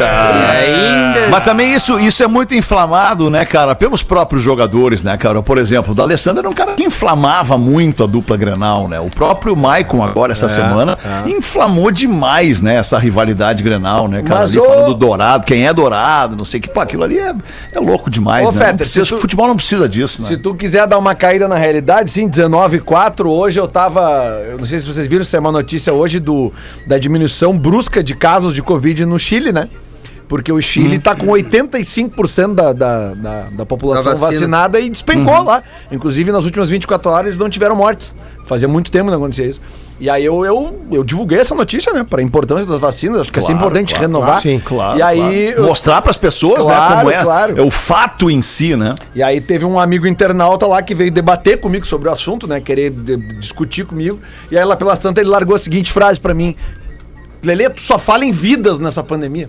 ainda-
Mas também isso, isso é muito inflamado, né, cara? Pelos próprios jogadores, né, cara? Por exemplo, o D'Alessandro era um cara que inflamava muito a dupla Grenal, né? O próprio Maicon agora, essa semana, inflamou demais, né? Essa rivalidade Grenal, né, cara?
Mas
ali
o-
falando do Dourado, quem é Dourado, não sei o que. Pô, aquilo ali é, é louco demais,
Ô,
né?
Fetter,
não precisa,
se tu-
Futebol não precisa disso, né?
Se tu quiser dar uma caída na realidade, sim, 19,4. Hoje eu tava. Eu não sei se vocês viram, isso é uma notícia hoje do, da diminuição brusca de casos de Covid no Chile, né? Porque o
Hum.
Chile tá com 85% da, da, da, da população
Da vacina.
vacinada e despencou
Uhum.
lá. Inclusive, nas últimas 24 horas eles não tiveram mortes. Fazia muito tempo que não acontecia isso. E aí eu, eu, eu divulguei essa notícia, né? Pra importância das vacinas, acho que é sempre
Claro,
importante
claro,
renovar.
Claro, sim, claro.
E aí.
claro. mostrar para as pessoas,
Claro,
né, como é,
claro.
é o fato em si, né?
E aí teve um amigo internauta lá que veio debater comigo sobre o assunto, né? Querer de- discutir comigo. E aí lá pelas tantas ele largou a seguinte frase pra mim. Lelê, tu só fala em vidas nessa pandemia. é,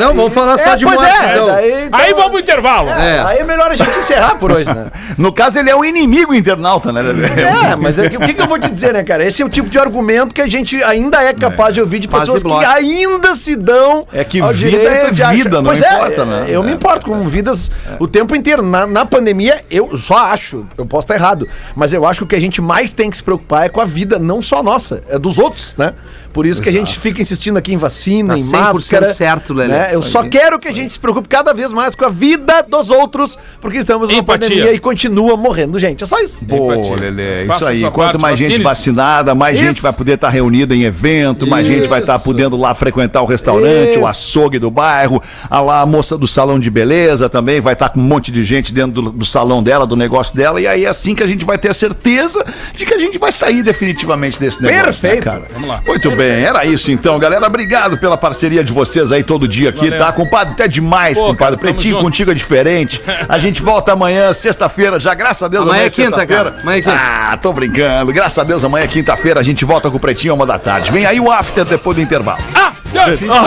Não, vamos falar só de
pois
morte, então.
daí, então-
Aí vamos pro intervalo.
É, Aí é melhor a gente encerrar por hoje, né?
*laughs* No caso, ele é o inimigo internauta, né? Lelê?
É, mas é que- o que, que eu vou te dizer, né, cara? Esse é o tipo de argumento que a gente ainda é capaz de ouvir de
Faz
pessoas
e
que
bloco.
ainda se dão.
É que
ao
vida
direito
é
de achar-
vida, não
Pois
importa, né?
Eu me
É.
importo com vidas o tempo inteiro. Na, na pandemia, eu só acho, eu posso estar errado, mas eu acho que o que a gente mais tem que se preocupar é com a vida, não só nossa, é dos outros, né? Por isso que a gente fica insistindo aqui em vacina,
Tá
em
100%
máscara.
certo, Lelê.
né? Eu
Isso
só
aí.
quero que a gente se preocupe cada vez mais com a vida dos outros, porque estamos numa
Empatia.
pandemia e continua morrendo gente. É só isso.
Pô,
Empatia.
Lelê, é isso
Faça
aí.
sua
Quanto
parte,
mais gente
vacine-se.
vacinada, mais
Isso.
gente vai poder estar reunida em evento, mais gente vai estar
Isso.
podendo lá frequentar o restaurante,
Isso.
o açougue do bairro, a lá a moça do salão de beleza também vai estar com um monte de gente dentro do, do salão dela, do negócio dela, e aí é assim que a gente vai ter a certeza de que a gente vai sair definitivamente desse negócio.
Perfeito.
Vamos lá. Muito bem, era isso então, galera. Obrigado pela parceria de vocês aí todo dia aqui,
Valeu.
tá, compadre? Até demais,
Pô,
compadre.
cara, tamo
Pretinho
junto.
contigo é diferente. A gente volta amanhã, sexta-feira, já graças a Deus.
Amanhã é
sexta-feira.
quinta, cara. Amanhã é quinta.
Ah, tô brincando. Graças a Deus, amanhã é quinta-feira, a gente volta com o Pretinho uma da tarde. Vem aí o after depois do intervalo.
ah,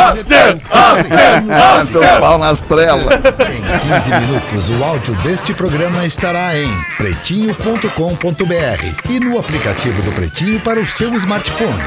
After! pau nas trelas.
Em 15 minutos, o áudio deste programa estará em pretinho.com.br e no aplicativo do Pretinho para o seu smartphone.